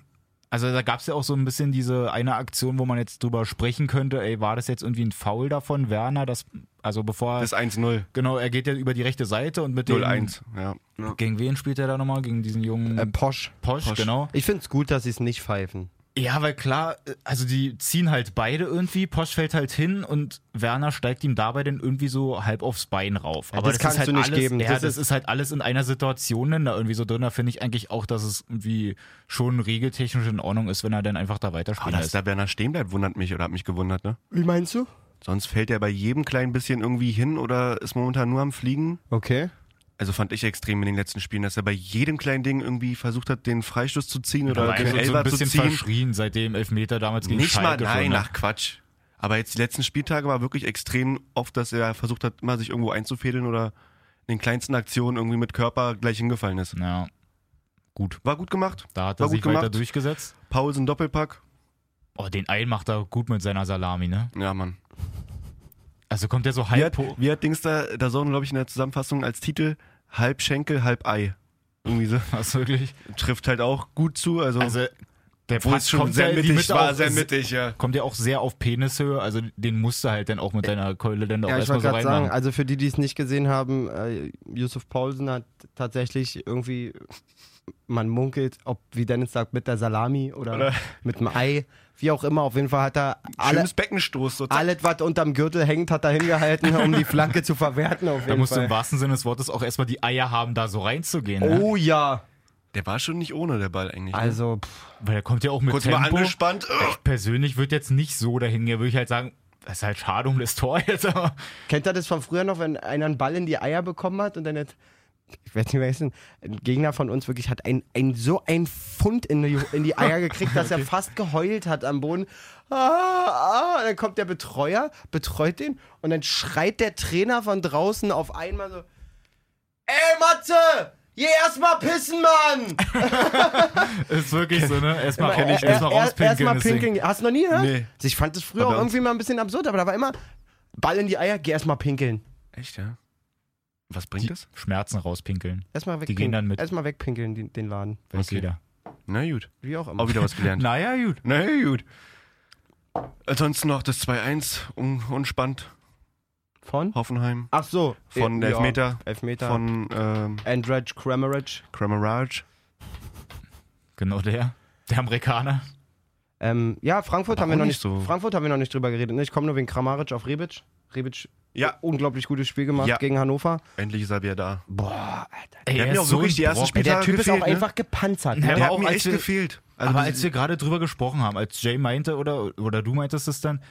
also da gab es ja auch so ein bisschen diese eine Aktion, wo man jetzt drüber sprechen könnte, ey, war das jetzt irgendwie ein Foul davon, Werner, das, also bevor,
Das ist 1-0.
genau, er geht ja über die rechte Seite und mit dem,
0-1. Ja.
gegen wen spielt er da nochmal? Gegen diesen jungen
Äh, Posch.
Posch,
Posch.
genau.
Ich finde es gut, dass sie es nicht pfeifen.
Ja, weil klar, äh, also die ziehen halt beide irgendwie, Posch fällt halt hin und Werner steigt ihm dabei dann irgendwie so halb aufs Bein rauf. Aber
das
das,
kannst
ist halt
du nicht
alles,
geben.
Ja,
Das
das,
ist-
ist halt alles in einer Situation denn da irgendwie so drin. Da finde ich eigentlich auch, dass es irgendwie schon regeltechnisch in Ordnung ist, wenn er dann einfach da
Aber
weiterspielt.
dass da Werner stehen bleibt, wundert mich oder hat mich gewundert, ne?
Wie meinst du?
Sonst fällt er bei jedem kleinen bisschen irgendwie hin oder ist momentan nur am Fliegen.
Okay.
Also fand ich extrem in den letzten Spielen, dass er bei jedem kleinen Ding irgendwie versucht hat, den Freistoß zu ziehen
Da
oder
war
den
er so ein
Elfer zu
bisschen
ziehen.
verschrien, seitdem Elfmeter damals gegen
Nicht mal,
Schalke schon,
nein,
ne?
ach Quatsch. Aber jetzt die letzten Spieltage war wirklich extrem oft, dass er versucht hat, mal sich irgendwo einzufädeln oder in den kleinsten Aktionen irgendwie mit Körper gleich hingefallen ist.
Ja, gut.
War gut gemacht.
Da hat er
War gut
sich weiter
gemacht.
durchgesetzt.
Paulsen Doppelpack.
Oh, den einen macht er gut mit seiner Salami, ne?
Ja, Mann.
Also kommt er so
Wie
halb
hat,
hoch.
wie hat Dings da, da so, glaube ich, in der Zusammenfassung als Titel halb Schenkel, halb Ei. Irgendwie so.
Was wirklich?
Trifft halt auch gut zu. Also,
Also, der
wo
Pass
es schon
kommt ja
sehr
in die
mittig
Mitte
war,
auf-
sehr mittig, ja.
kommt ja auch sehr auf Penishöhe, also den musst du halt dann auch mit deiner Keule dann auch
Ja, ich
erstmal
wollte
so
gerade
reinmachen.
sagen, also für die, die es nicht gesehen haben, äh, Yusuf Paulsen hat tatsächlich irgendwie, man munkelt, ob, wie Dennis sagt, mit der Salami oder,
Oder-
mit dem Ei, wie auch immer, auf jeden Fall hat er alle,
Schönes Beckenstoß so.
alles, was unterm Gürtel hängt, hat er hingehalten, um die Flanke zu verwerten auf
da
jeden
musst du im
Fall.
wahrsten Sinne des Wortes auch erstmal die Eier haben, da so reinzugehen. Ne?
Oh ja,
Der war schon nicht ohne, der Ball eigentlich. ne?
also pff,
Weil der kommt ja auch mit
Kurz mal
Tempo.
angespannt. Oh.
ich persönlich würde jetzt nicht so dahin gehen, würde ich halt sagen, das ist halt schade um das Tor jetzt. Aber
kennt ihr das von früher noch, wenn einer einen Ball in die Eier bekommen hat und dann jetzt, ich weiß nicht mehr, ist ein Gegner von uns wirklich hat ein, ein, so ein Pfund in die, in die Eier gekriegt, dass er fast geheult hat am Boden. Ah, ah, und dann kommt der Betreuer, betreut den und dann schreit der Trainer von draußen auf einmal so: Ey Matze, geh erstmal pissen, Mann!
ist wirklich so, ne? Erstmal
Äh,
erstmal
äh, erst-
rauspinkeln.
erstmal
das Ding.
pinkeln. Hast du noch nie gehört? Also
Nee.
Ich fand das früher
Aber
auch irgendwie mal ein bisschen absurd, aber da war immer Ball in die Eier, geh erstmal pinkeln.
Echt, ja? Was
Die
bringt das?
Schmerzen rauspinkeln.
Erstmal
gehen
wegpinkeln.
dann mit.
Erstmal wegpinkeln den, den Laden.
Weiß
Okay.
jeder.
Na gut.
Wie auch immer.
Auch wieder was gelernt.
Naja, gut.
Na gut. Ansonsten noch das 2-1, un unspannend.
Von?
Hoffenheim.
Ach so.
Von
Ja,
Elfmeter.
Elfmeter. Von
Von ähm,
Andrej Kramaric.
Kramaraj.
Genau der. Der Amerikaner.
Ähm, ja, Frankfurt haben, wir
auch
noch nicht,
nicht so.
Frankfurt haben wir noch nicht drüber geredet. ne? Ich komme nur wegen Kramaric auf Rebic. Rebic,
Ja.
unglaublich gutes Spiel gemacht
Ja.
gegen Hannover.
Endlich ist er wieder da.
Boah, Alter.
Ey,
Der hat
er
mir
ist
auch wirklich
ein
die ersten
Brocken.
Ey, der
Spieltage
Typ ist auch
gefehlt, ne?
einfach gepanzert.
Ja,
Ne?
Aber
Der hat
auch
mir
als
echt
wir-
gefehlt. Also
aber
die-
als wir gerade drüber gesprochen haben, als Jay meinte oder, oder du meintest es dann,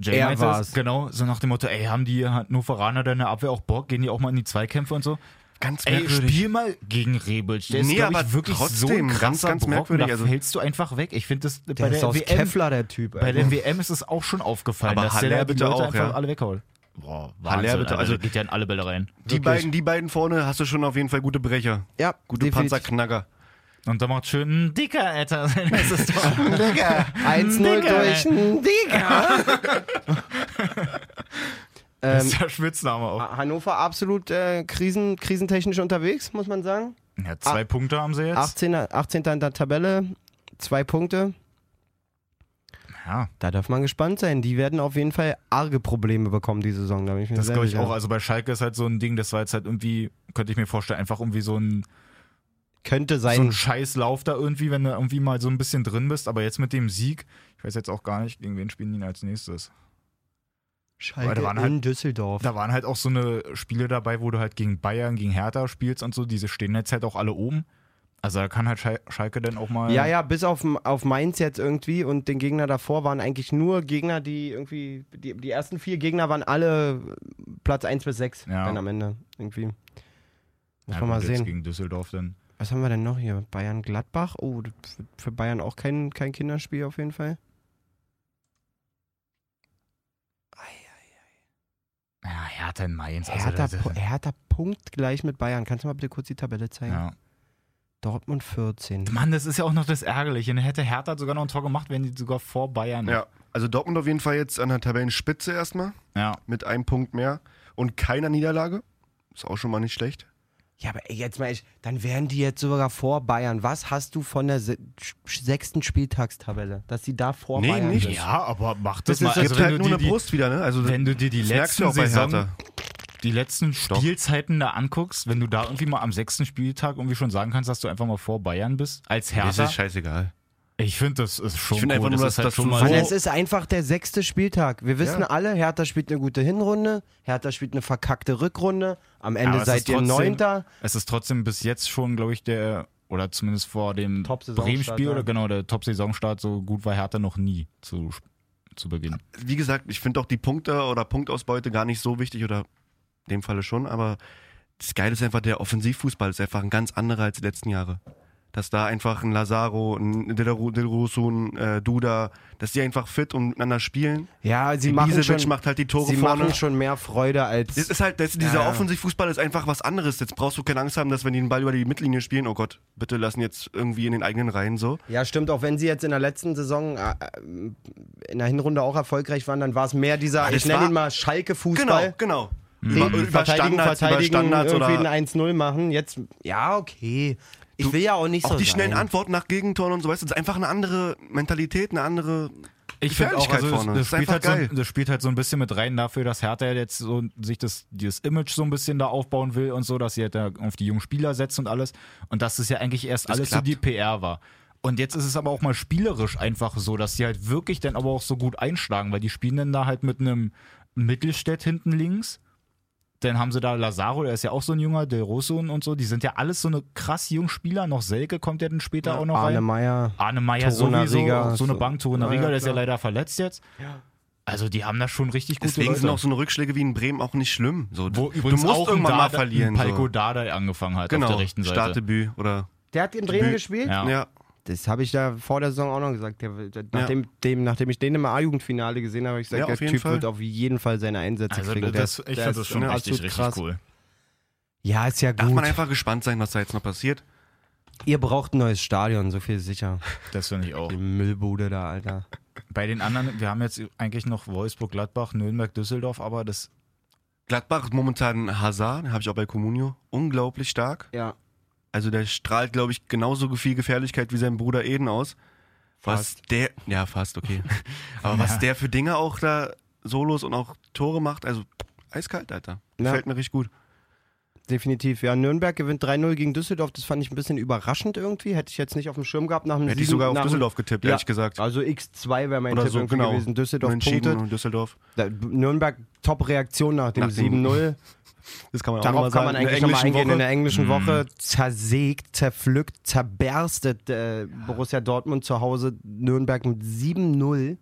Jay
Er
meinte
war's.
es, genau, so nach dem Motto, ey, haben die Hannoveraner da in der Abwehr auch Bock, gehen die auch mal in die Zweikämpfe und so?
ganz
Ey,
merkwürdig.
spiel mal gegen Rebic. Der
Nee,
ist, glaub
aber
ich, wirklich so
trotzdem,
ein
ganz,
krasser
ganz
Brocken,
merkwürdig,
da
also-
fällst du einfach weg. Ich finde das bei
Der
der
ist aus
WM,
Kevlar, der Typ.
bei
Alter.
der WM ist es auch schon aufgefallen,
Aber
dass
Haller
der da die
bitte
Leute
auch,
einfach
ja.
alle weghaut. Boah,
Haller
Wahnsinn,
bitte,
Alter,
also-
also geht ja in alle Bälle rein.
die, beiden, die beiden vorne hast du schon auf jeden Fall gute Brecher.
ja,
Gute
definitiv.
Panzerknacker.
Und da macht schön ein dicker, Alter. sein erstes Tor.
1-0
Digga,
durch. n Digga.
Das
ähm,
ist der Spitzname auch.
Hannover absolut äh, krisen, krisentechnisch unterwegs, muss man sagen.
Ähm,
Ja, zwei Punkte haben sie jetzt.
18, 18. in der Tabelle, zwei Punkte.
Ja,
Da darf man gespannt sein. Die werden auf jeden Fall arge Probleme bekommen, die Saison. Da bin ich mir
das
sehr
glaube ich
sicher.
auch. Also bei Schalke ist halt so ein Ding, das war jetzt halt irgendwie, könnte ich mir vorstellen, einfach irgendwie so ein,
Könnte
so ein
sein.
Scheißlauf da irgendwie, wenn du irgendwie mal so ein bisschen drin bist. Aber jetzt mit dem Sieg, ich weiß jetzt auch gar nicht, gegen wen spielen die denn als nächstes. Weil da waren halt-
in Düsseldorf.
Da waren halt auch so eine Spiele dabei, wo du halt gegen Bayern, gegen Hertha spielst und so. Diese stehen jetzt halt auch alle oben. Also da kann halt Schal- Schalke dann auch mal.
Ja, ja, bis auf, M- auf Mainz jetzt irgendwie und den Gegner davor waren eigentlich nur Gegner, die irgendwie, die, die ersten vier Gegner waren alle Platz 1 bis 6
Ja.
dann am Ende irgendwie. Muss
Ja,
man mal
gut, jetzt
sehen.
Gegen Düsseldorf dann.
Was haben wir denn noch hier? Bayern-Gladbach? Oh, das wird für Bayern auch kein, kein Kinderspiel auf jeden Fall.
Ja, Hertha in Mainz. Also
Hertha,
das-
Pu- Hertha Punkt gleich mit Bayern. Kannst du mal bitte kurz die Tabelle zeigen?
ja.
Dortmund 14.
Mann, das ist ja auch noch das Ärgerliche. ne? Hätte Hertha sogar noch ein Tor gemacht, wären die sogar vor Bayern.
Ja, also Dortmund auf jeden Fall jetzt an der Tabellenspitze erstmal
ja.
mit einem Punkt mehr und keiner Niederlage. Ist auch schon mal nicht schlecht.
Ja, aber ey, jetzt mal ehrlich, dann wären die jetzt sogar vor Bayern. Was hast du von der se sch- sechsten Spieltagstabelle? Dass die da vor
Nee,
Bayern
nicht.
sind?
Ja, aber mach das,
Das,
mal.
ist,
Also,
gibt
wenn,
halt
du
nur
dir
eine
die,
Brust wieder, ne? Also
wenn du dir die
das merkst du
letzten,
auch bei
Saison,
Hertha.
die letzten Spielzeiten da anguckst, wenn du da irgendwie mal am sechsten Spieltag irgendwie schon sagen kannst, dass du einfach mal vor Bayern bist, als
Das
Hertha.
ist scheißegal.
Ich finde, das ist schon
Ich find
cool.
einfach
das
nur,
ist
dass-
halt
dass
schon
du
mal
Mann,
so-
Also es ist einfach der sechste Spieltag. Wir wissen
Also Ja.
alle, Hertha spielt eine gute Hinrunde, Hertha spielt eine verkackte Rückrunde, am
Aber
Ende
es ist
seid ihr
trotzdem-
Neunter.
Es ist trotzdem bis jetzt schon, glaube ich, der, oder zumindest vor dem
Top-Saisonstart,
Bremen-Spiel,
ja.
oder genau, der Top-Saisonstart, so gut war Hertha noch nie zu, zu Beginn.
Wie gesagt, ich finde auch die Punkte oder Punktausbeute gar nicht so wichtig oder in dem Falle schon, aber das Geile ist einfach, der Offensivfußball ist einfach ein ganz anderer als die letzten Jahre. Dass da einfach ein Lazaro, ein Dilro- Dilrosun, ein äh, Duda, dass die einfach fit und miteinander spielen.
Ja, sie machen
Ibisevic
schon,
macht halt die Tore
sie
vorne.
machen schon mehr Freude als.
Das ist halt, das, dieser
Ja.
Offensivfußball ist einfach was anderes. Jetzt brauchst du keine Angst haben, dass wenn die den Ball über die Mittellinie spielen, oh Gott, bitte lassen jetzt irgendwie in den eigenen Reihen so.
Ja, stimmt, auch wenn sie jetzt in der letzten Saison äh, in der Hinrunde auch erfolgreich waren, dann war es mehr dieser,
Ah, das
ich nenne
war-
ihn mal
Genau,
Schalke-Fußball.
genau.
Über, verteidigen,
Standards, über
verteidigen,
Standards
irgendwie
oder
ein 1-0 machen. Jetzt, ja, okay. Ich
Du-
will ja auch nicht so
auch die schnellen
sein.
Antworten nach Gegentoren und so, weißt du, das ist einfach eine andere Mentalität, eine andere.
Ich finde auch,
Gefährlichkeit
also das, das,
vorne. Das ist
spielt halt
einfach
so,
geil.
ein- das spielt halt so ein bisschen mit rein dafür, dass Hertha jetzt so sich das, dieses Image so ein bisschen da aufbauen will und so, dass sie halt da auf die jungen Spieler setzt und alles. Und dass das ja eigentlich erst alles
klappt.
so die PR war. Und jetzt ist es aber auch mal spielerisch einfach so, dass sie halt wirklich dann aber auch so gut einschlagen, weil die spielen dann da halt mit einem Mittelstädt hinten links. Dann haben sie da Lazaro, der ist ja auch so ein junger, Del Rosso und so. Die sind ja alles so eine krass jungen Spieler. Noch Selke kommt ja dann später auch noch rein.
Arne Meyer.
Arne Meyer
Toruna
sowieso,
Riga.
auch so eine Bank, Toruna
Ja,
Riga,
ja,
der ist ja
klar.
leider verletzt jetzt. Also die haben da schon richtig gute
Deswegen
Leute.
sind auch so eine Rückschläge wie in Bremen auch nicht schlimm. So,
Wo
du
übrigens
musst
auch
irgendwann
ein
mal
Dada-
verlieren.
ein Palko
So.
Dardai angefangen hat auf
Genau,
der rechten Seite.
Startdebüt oder.
Der hat in Bremen
Debüt.
gespielt?
Ja.
Ja.
Das habe ich da vor der Saison auch noch gesagt. Der, der, nachdem, dem, nachdem ich den im A-Jugendfinale gesehen habe, habe ich gesagt,
Ja,
der
auf jeden
Typ
Fall.
wird auf jeden Fall seine Einsätze
Also
kriegen. Der
das,
ist-
ich
der
finde das
ist ne,
schon richtig,
absolut
richtig
krass.
cool.
Ja, ist ja
Darf
gut.
man einfach gespannt sein, was da jetzt noch passiert.
Ihr braucht ein neues Stadion, so viel ist sicher.
Das finde ich auch.
Die Müllbude da, Alter.
Bei den anderen, wir haben jetzt eigentlich noch Wolfsburg, Gladbach, Nürnberg, Düsseldorf, aber das
Gladbach ist momentan Hazard, den habe ich auch bei Comunio. Unglaublich stark.
Ja.
Also der strahlt, glaube ich, genauso viel Gefährlichkeit wie sein Bruder Eden aus. Was der, ja fast, okay. Aber was der für Dinge auch da Solos und auch Tore macht, also eiskalt, Alter.
Ja.
Gefällt mir richtig gut.
Definitiv. Ja, Nürnberg gewinnt 3-0 gegen Düsseldorf. Das fand ich ein bisschen überraschend irgendwie. Hätte ich jetzt nicht auf dem Schirm gehabt. Nach dem
Hätte ich
Siegen-
sogar auf
nach dem-
Düsseldorf getippt,
Ja.
ehrlich gesagt.
Also X2 wäre mein
Oder
Tipp
so,
irgendwie
genau.
gewesen. Düsseldorf
Entschieden
punktet.
und Düsseldorf.
Da, Nürnberg Top-Reaktion nach dem
Nach dem-
7-0.
Das kann man auch
Darauf
mal
kann
sagen.
man
In der
eigentlich nochmal
englischen
eingehen. ne? In
Woche.
der englischen Woche zersägt, zerpflückt, zerberstet äh, Borussia Dortmund zu Hause Nürnberg mit 7-0.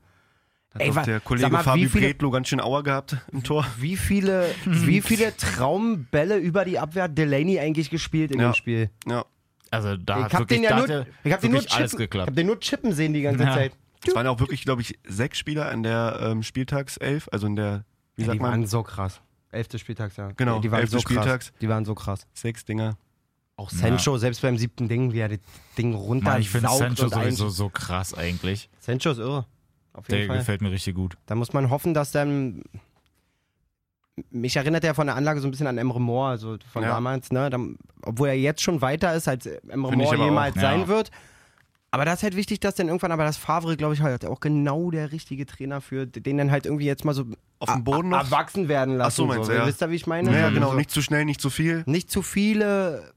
Hat
Ey,
doch
wa-
der
sag
Kollege
mal, wie
Fabi
viele-
Pretlo ganz schön Auer gehabt im Tor.
Wie viele, wie viele Traumbälle über die Abwehr hat Delaney eigentlich gespielt in
Ja.
dem Spiel?
Ja.
also da
Ich
hat
habe
wirklich
den ja
da
nur,
hat ja
ich hab den nur,
wirklich alles
chippen, ich
geklappt.
hab den nur chippen sehen die ganze
Ja.
Zeit.
Es waren auch wirklich, glaube ich, sechs Spieler in der ähm, Spieltagself, also in der, wie sagt
die
man,
waren so krass. Elfte Spieltags, ja.
Genau,
die waren
elfte
so
Spieltags.
krass. Die waren so krass.
sechs Dinger.
Auch Sancho, selbst beim siebten Ding, wie er das Ding runter
Mann, ich finde Sancho
und ein-
sowieso so krass eigentlich.
Sancho ist irre. Auf jeden
Der
Fall.
gefällt mir richtig gut.
Da muss man hoffen, dass dann. Mich erinnert er von der Anlage so ein bisschen an Emre Moore, also von
Ja.
damals, ne? Da, obwohl er jetzt schon weiter ist, als Emre
Finde ich
Moore
aber
jemals
auch, ja.
sein wird. Aber das ist halt wichtig, dass dann irgendwann, aber das Favre, glaube ich, halt auch genau der richtige Trainer für, den dann halt irgendwie jetzt mal so
Auf
a-
dem Boden
a-
noch?
erwachsen werden lassen.
Ach so, meinst du, ja.
Wisst ihr, wie ich meine?
Naja,
So,
genau.
so.
Nicht zu schnell, nicht zu viel.
Nicht zu viele,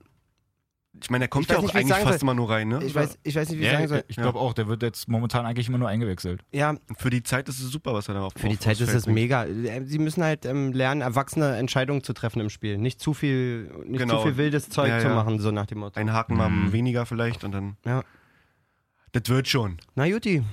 Ich meine, der kommt
Ich weiß
ja auch
nicht, wie ich
eigentlich
sagen
fast
soll.
immer nur rein, ne?
ich weiß, ich weiß nicht, wie ich sagen
Ja,
soll.
ich glaube auch, der wird jetzt momentan eigentlich immer nur eingewechselt.
Ja,
Und Für die Zeit ist es super, was er da auf
für die
auf-
Zeit
aufs
ist
Feld
das
bringt.
mega. Äh, Sie müssen halt ähm, lernen, erwachsene Entscheidungen zu treffen im Spiel. Nicht zu viel, nicht
Genau.
zu viel wildes Zeug
Ja,
zu
ja.
machen, so nach dem Motto.
Ein Haken mal
Mhm.
weniger vielleicht und dann.
Ja.
Das wird schon.
Na Juti,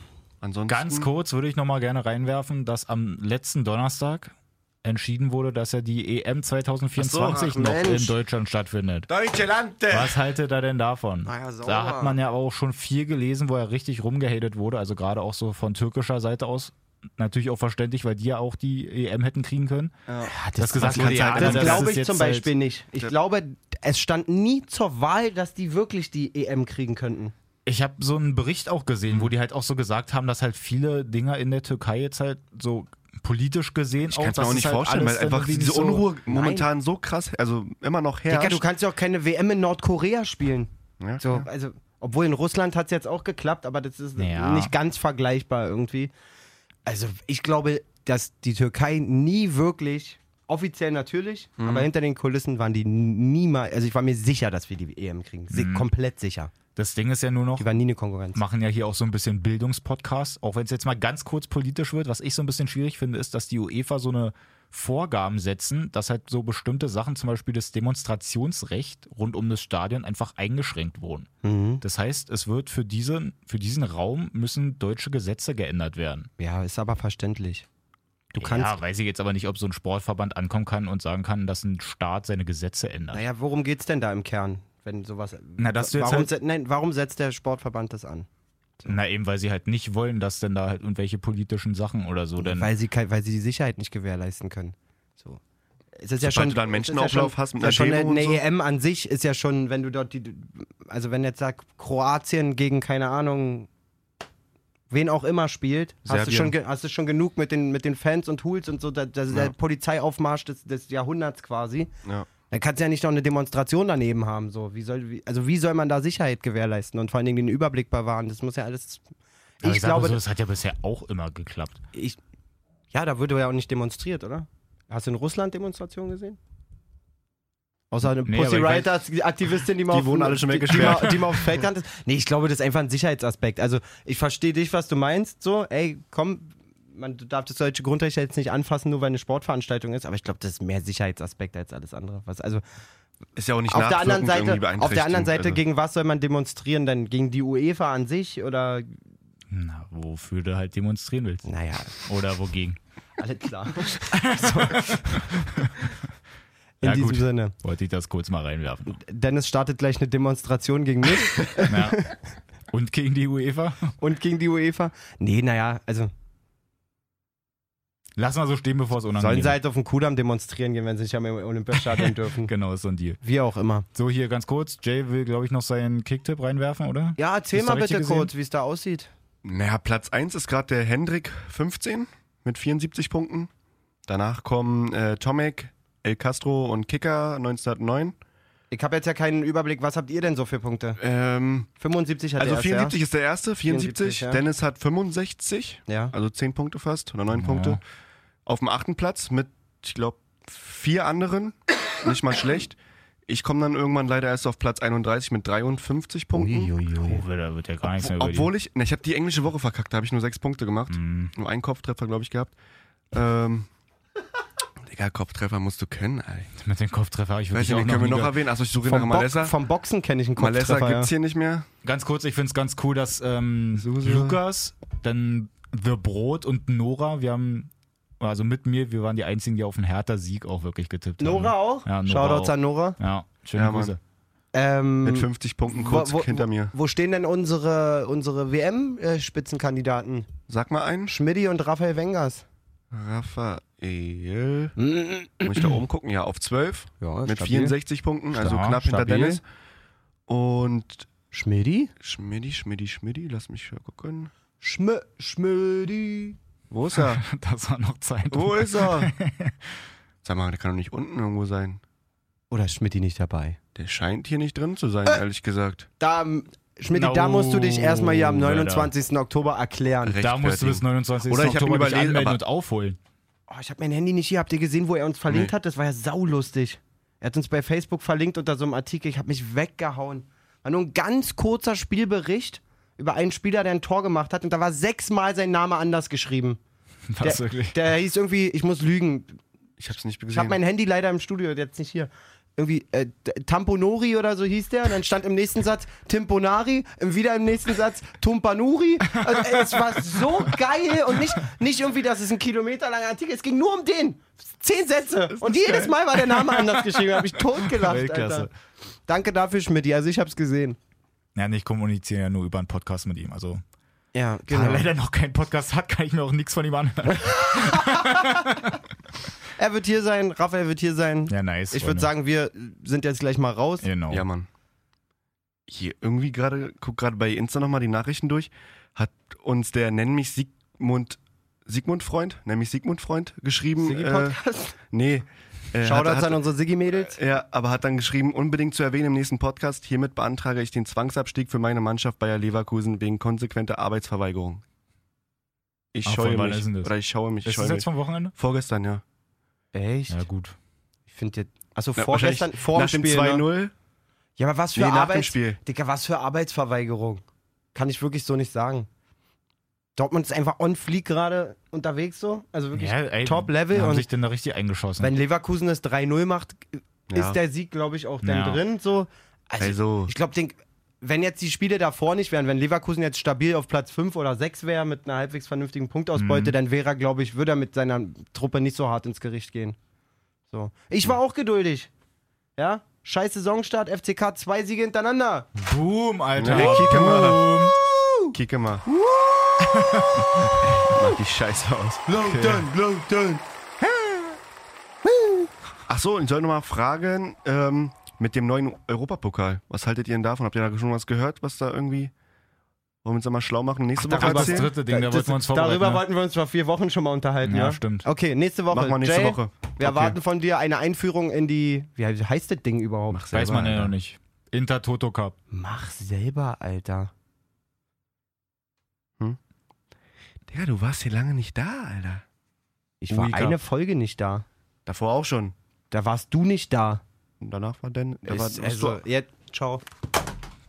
Ansonsten.
Ganz kurz würde ich nochmal gerne reinwerfen, dass am letzten Donnerstag entschieden wurde, dass ja die EM 2024
Ach so,
noch
Mensch.
in Deutschland stattfindet.
Deutsche Lande!
Was haltet ihr denn davon?
Na ja, sauber.
da hat man ja auch schon viel gelesen, wo er richtig rumgehatet wurde, also gerade auch so von türkischer Seite aus. Natürlich auch verständlich, weil die ja auch die EM hätten kriegen können. das gesagt wurde,
kannst du halt
ja,
das
anders
also
das
glaube
ist
ich
jetzt
zum
halt-
Beispiel nicht. Ich
Ja.
glaube, es stand nie zur Wahl, dass die wirklich die EM kriegen könnten.
Ich habe so einen Bericht auch gesehen, wo die halt auch so gesagt haben, dass halt viele Dinger in der Türkei jetzt halt so politisch gesehen
Ich
auch.
kann es mir
dass
auch nicht
halt
vorstellen,
alles
weil einfach
irgendwie
diese
nicht so-
Unruhe momentan so krass, also immer noch herrscht.
Digga, du kannst ja auch keine WM in Nordkorea spielen.
ja,
So,
klar.
also, obwohl in Russland hat es jetzt auch geklappt, aber das ist
Ja.
nicht ganz vergleichbar irgendwie. Also, ich glaube, dass die Türkei nie wirklich, offiziell natürlich,
Mhm.
aber hinter den Kulissen waren die niemals, also ich war mir sicher, dass wir die EM kriegen. Si
Mhm.
Komplett sicher.
Das Ding ist ja nur noch,
Die waren nie eine Konkurrenz.
machen ja hier auch so ein bisschen Bildungspodcast. Auch wenn es jetzt mal ganz kurz politisch wird, was ich so ein bisschen schwierig finde, ist, dass die UEFA so eine Vorgaben setzen, dass halt so bestimmte Sachen, zum Beispiel das Demonstrationsrecht rund um das Stadion, einfach eingeschränkt wurden.
Mhm.
Das heißt, es wird für diesen, für diesen Raum müssen deutsche Gesetze geändert werden.
Ja, ist aber verständlich. Du kannst.
ja, weiß ich jetzt aber nicht, ob so ein Sportverband ankommen kann und sagen kann, dass ein Staat seine Gesetze ändert.
Naja, worum geht's denn da im Kern, wenn sowas.
Na, dass du jetzt
warum,
halt-
se- nein, warum setzt der Sportverband das an?
Na eben, weil sie halt nicht wollen, dass denn da halt irgendwelche politischen Sachen oder so denn
Mhm. Weil sie, kei- weil sie die Sicherheit nicht gewährleisten können. So. Es ist ja
Sobald
schon,
du da einen
es ist ja
Menschenauflauf
schon,
hast mit
ist ja schon
einer
eine,
Demo und
eine
so.
EM an sich ist ja schon, wenn du dort die, also wenn jetzt sagt Kroatien gegen keine Ahnung wen auch immer spielt, hast du,
Serbien.
schon, ge- hast du schon genug mit den, mit den Fans und Hools und so, da, das ist
Ja.
der Polizeiaufmarsch des, des Jahrhunderts quasi.
Ja.
Dann kannst du ja nicht noch eine Demonstration daneben haben. So. Wie soll, wie, also wie soll man da Sicherheit gewährleisten und vor allen Dingen den Überblick bewahren? Das muss ja alles.
Aber
ich
sag mal
glaube,
so, es hat ja bisher auch immer geklappt.
ich, ja, da wurde ja auch nicht demonstriert, oder? Hast du in Russland Demonstrationen gesehen? Außer eine
Nee,
Pussy
aber ich
Riot Aktivistin, die mal
Die
auf,
wurden alle schon
die, die,
weggesperrt.
mal- die mal auf dem Feldrand ist. Nee, ich glaube, das ist einfach ein Sicherheitsaspekt. Also, ich verstehe dich, was du meinst, so, ey, komm, man darf das deutsche Grundrecht jetzt nicht anfassen, nur weil eine Sportveranstaltung ist, aber ich glaube, das ist mehr Sicherheitsaspekt als alles andere. Was, also,
Ist ja auch nicht
auf der anderen
nachwirkend irgendwie
Seite, auf der anderen
beeinträchtigend,
Seite
also.
gegen was soll man demonstrieren? Dann gegen die UEFA an sich oder,
Na, wofür du halt demonstrieren willst.
naja,
Oder wogegen.
alles klar. In
Ja,
diesem
gut.
Sinne.
Wollte ich das kurz mal reinwerfen.
Dennis startet gleich eine Demonstration gegen mich
Ja. Und gegen die UEFA?
und gegen die UEFA. Nee, naja, also
Lass mal so stehen, bevor es unangenehm
sollen
wird.
sie halt auf den Kudamm demonstrieren gehen, wenn sie nicht am Olympiastadion dürfen.
Genau, ist so ein Deal.
Wie auch immer.
So, hier ganz kurz. Jay will, glaube ich, noch seinen Kicktipp reinwerfen, oder?
Ja, erzähl
Ist da
mal bitte
richtig gesehen?
kurz, wie es da aussieht.
Naja, Platz 1 ist gerade der Hendrik 15 mit 74 Punkten. Danach kommen äh, Tomek, El Castro und Kicker 1909.
Ich habe jetzt ja keinen Überblick, was habt ihr denn so für Punkte?
Ähm,
75 hat
also
der erste,
74 ist der erste, 74.
74, ja.
Dennis hat 65,
Ja.
also 10 Punkte fast oder 9 Punkte. Auf dem achten Platz mit, ich glaube, vier anderen. Nicht mal schlecht. Ich komme dann irgendwann leider erst auf Platz 31 mit 53 Punkten.
Oh, da wird ja gar nichts mehr über die-
Obwohl ich, ne, ich habe die englische Woche verkackt, da habe ich nur sechs Punkte gemacht. Nur einen Kopftreffer, glaube ich, gehabt. Ähm, Digga, Kopftreffer musst du können, ey.
Mit dem Kopftreffer habe ich
Ich
wirklich
weiß nicht,
auch
den
noch,
können wir
nie
noch
gehört.
erwähnen. Achso, ich suche nach
vom,
Malessa.
Bo vom Boxen kenne ich einen
Malessa
Kopftreffer.
gibt's
Ja.
hier nicht mehr.
Ganz kurz, ich finde es ganz cool, dass ähm,
Suse.
Lukas, dann The Brot und Nora, wir haben, also mit mir, wir waren die einzigen, die auf einen härter Sieg auch wirklich getippt
Nora
haben.
auch?
Ja, Nora
Shoutouts
auch.
an Nora.
Ja, schöne
Ja, Mann.
Grüße.
Ähm,
Mit 50 Punkten kurz hinter mir.
Wo stehen denn unsere, unsere WM-Spitzenkandidaten?
Sag mal einen.
Schmidti und Raphael Wengers.
Raphael. Muss ich da oben gucken? Ja, auf 12.
Ja,
mit
stabil.
64 Punkten, also
Stark,
knapp hinter
stabil.
Dennis. Und
Schmidti?
Schmiddi, Schmiddi, Schmiddi, lass mich gucken.
Schm Schmödi.
Wo ist er?
Das war noch Zeit.
Wo ist er? Sag mal, der kann doch nicht unten irgendwo sein.
Oder ist Schmidti nicht dabei? Äh!
Der scheint hier nicht drin zu sein, ehrlich gesagt.
Da, ähm, Schmidt, da musst du dich erstmal hier am
Leider.
29. Oktober erklären.
Da musst du bis 29.
Oder ich hab
Oktober dich
überlesen,
anmelden
aber-
und aufholen.
Oh, ich habe mein Handy nicht hier. Habt ihr gesehen, wo er uns verlinkt hat? Das war ja saulustig. Er hat uns bei Facebook verlinkt unter so einem Artikel. Ich habe mich weggehauen. War nur ein ganz kurzer Spielbericht über einen Spieler, der ein Tor gemacht hat. Und da war sechsmal sein Name anders geschrieben.
Was wirklich?
Der hieß irgendwie, ich muss lügen.
Ich hab's
Ich
nicht
habe
gesehen.
mein Handy leider im Studio, jetzt nicht hier. Irgendwie äh, T- Tamponori oder so hieß der. Und dann stand im nächsten Satz Timponari, im- wieder im nächsten Satz Tumpanuri. Also, äh, es war so geil und nicht, nicht irgendwie, dass es ein kilometerlanger Artikel ist. Es ging nur um den. Zehn Sätze. Und jedes Mal war der Name anders geschrieben. Hab ich totgelacht,
Weltklasse.
Alter. Danke dafür, Schmidti. Also ich hab's gesehen.
Ja, nee, ich kommuniziere ja nur über einen Podcast mit ihm. Also,
Ja,
da er leider noch keinen Podcast hat, kann ich mir auch nichts von ihm anhören.
Er wird hier sein, Raphael wird hier sein.
Ja, nice.
ich
Freunde.
würde sagen, wir sind jetzt gleich mal raus.
genau.
Ja, Mann. Hier, irgendwie gerade, guck gerade bei Insta nochmal die Nachrichten durch, hat uns der Nenn mich Sigmund, Sigmund Freund, nenn mich Sigmund Freund, geschrieben. Äh,
Sigi-Podcast.
nee. Äh, hat-
Shoutouts
hat-
an unsere Siggi-Mädels.
Ja, aber hat dann geschrieben, unbedingt zu erwähnen im nächsten Podcast. Hiermit beantrage ich den Zwangsabstieg für meine Mannschaft Bayer Leverkusen wegen konsequenter Arbeitsverweigerung. Ich
Ach,
scheue
von wann
mich.
ist denn das?
Oder ich schaue mich. Ich
Ist das
scheue
jetzt
mich.
vom Wochenende?
Vorgestern, ja. Äh,
Echt?
Ja, gut.
Ich finde jetzt. Achso,
Na,
vorgestern,
wahrscheinlich
vor dem
nach dem
Spiel. Ne?
2-0.
Ja, aber was für
Nee, nach dem
Arbeits
Spiel.
Digga, was für Arbeitsverweigerung. Kann ich wirklich so nicht sagen. Dortmund ist einfach on fleek gerade unterwegs so. Also wirklich
ey,
Top-Level
Haben
und-
sich denn da richtig eingeschossen?
wenn Leverkusen das 3-0 macht,
Ja.
ist der Sieg, glaube ich, auch dann
Ja.
drin. So. Also,
Also,
ich glaube, wenn jetzt die Spiele davor nicht wären, wenn Leverkusen jetzt stabil auf Platz 5 oder 6 wäre mit einer halbwegs vernünftigen Punktausbeute,
Mhm.
dann wäre er, glaube ich, würde er mit seiner Truppe nicht so hart ins Gericht gehen. So. Ich war auch geduldig. Ja? Scheiß Saisonstart, FCK, zwei Siege hintereinander.
Boom, Alter.
Nee, kick mal.
Boom.
Kick mal. Mach die Scheiße aus.
London, London.
Ach so, ich soll noch mal fragen, ähm, mit dem neuen Europapokal, was haltet ihr denn davon? Habt ihr da schon was gehört, was da irgendwie... Wollen wir uns da mal schlau machen? Nächste Woche
Aber das
erzählen?
dritte Ding, da
Das-
wollten wir uns vorbereiten.
Darüber
ne?
wollten wir uns vor vier Wochen schon mal unterhalten. Ja,
Ja, stimmt.
Okay, nächste Woche.
Mach mal nächste
Jay,
Woche.
Wir
Okay.
erwarten von dir eine Einführung in die. Wie heißt das Ding überhaupt?
Mach
Weiß
selber,
man ja
Alter.
noch nicht. Inter Toto Cup.
Mach selber, Alter.
Digga, du warst hier lange nicht da, Alter.
Ich war
Ui,
eine
Cup.
Folge nicht da.
Davor auch schon.
Da warst du nicht da.
Und danach war dann. Da war,
Ist- also, jetzt, ciao.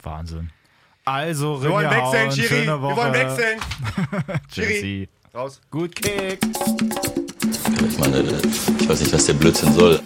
Wahnsinn. Also, Wir Schöne Woche. Jesse.
Raus.
Gut Kick.
Ich meine, ich weiß nicht, was der Blödsinn soll.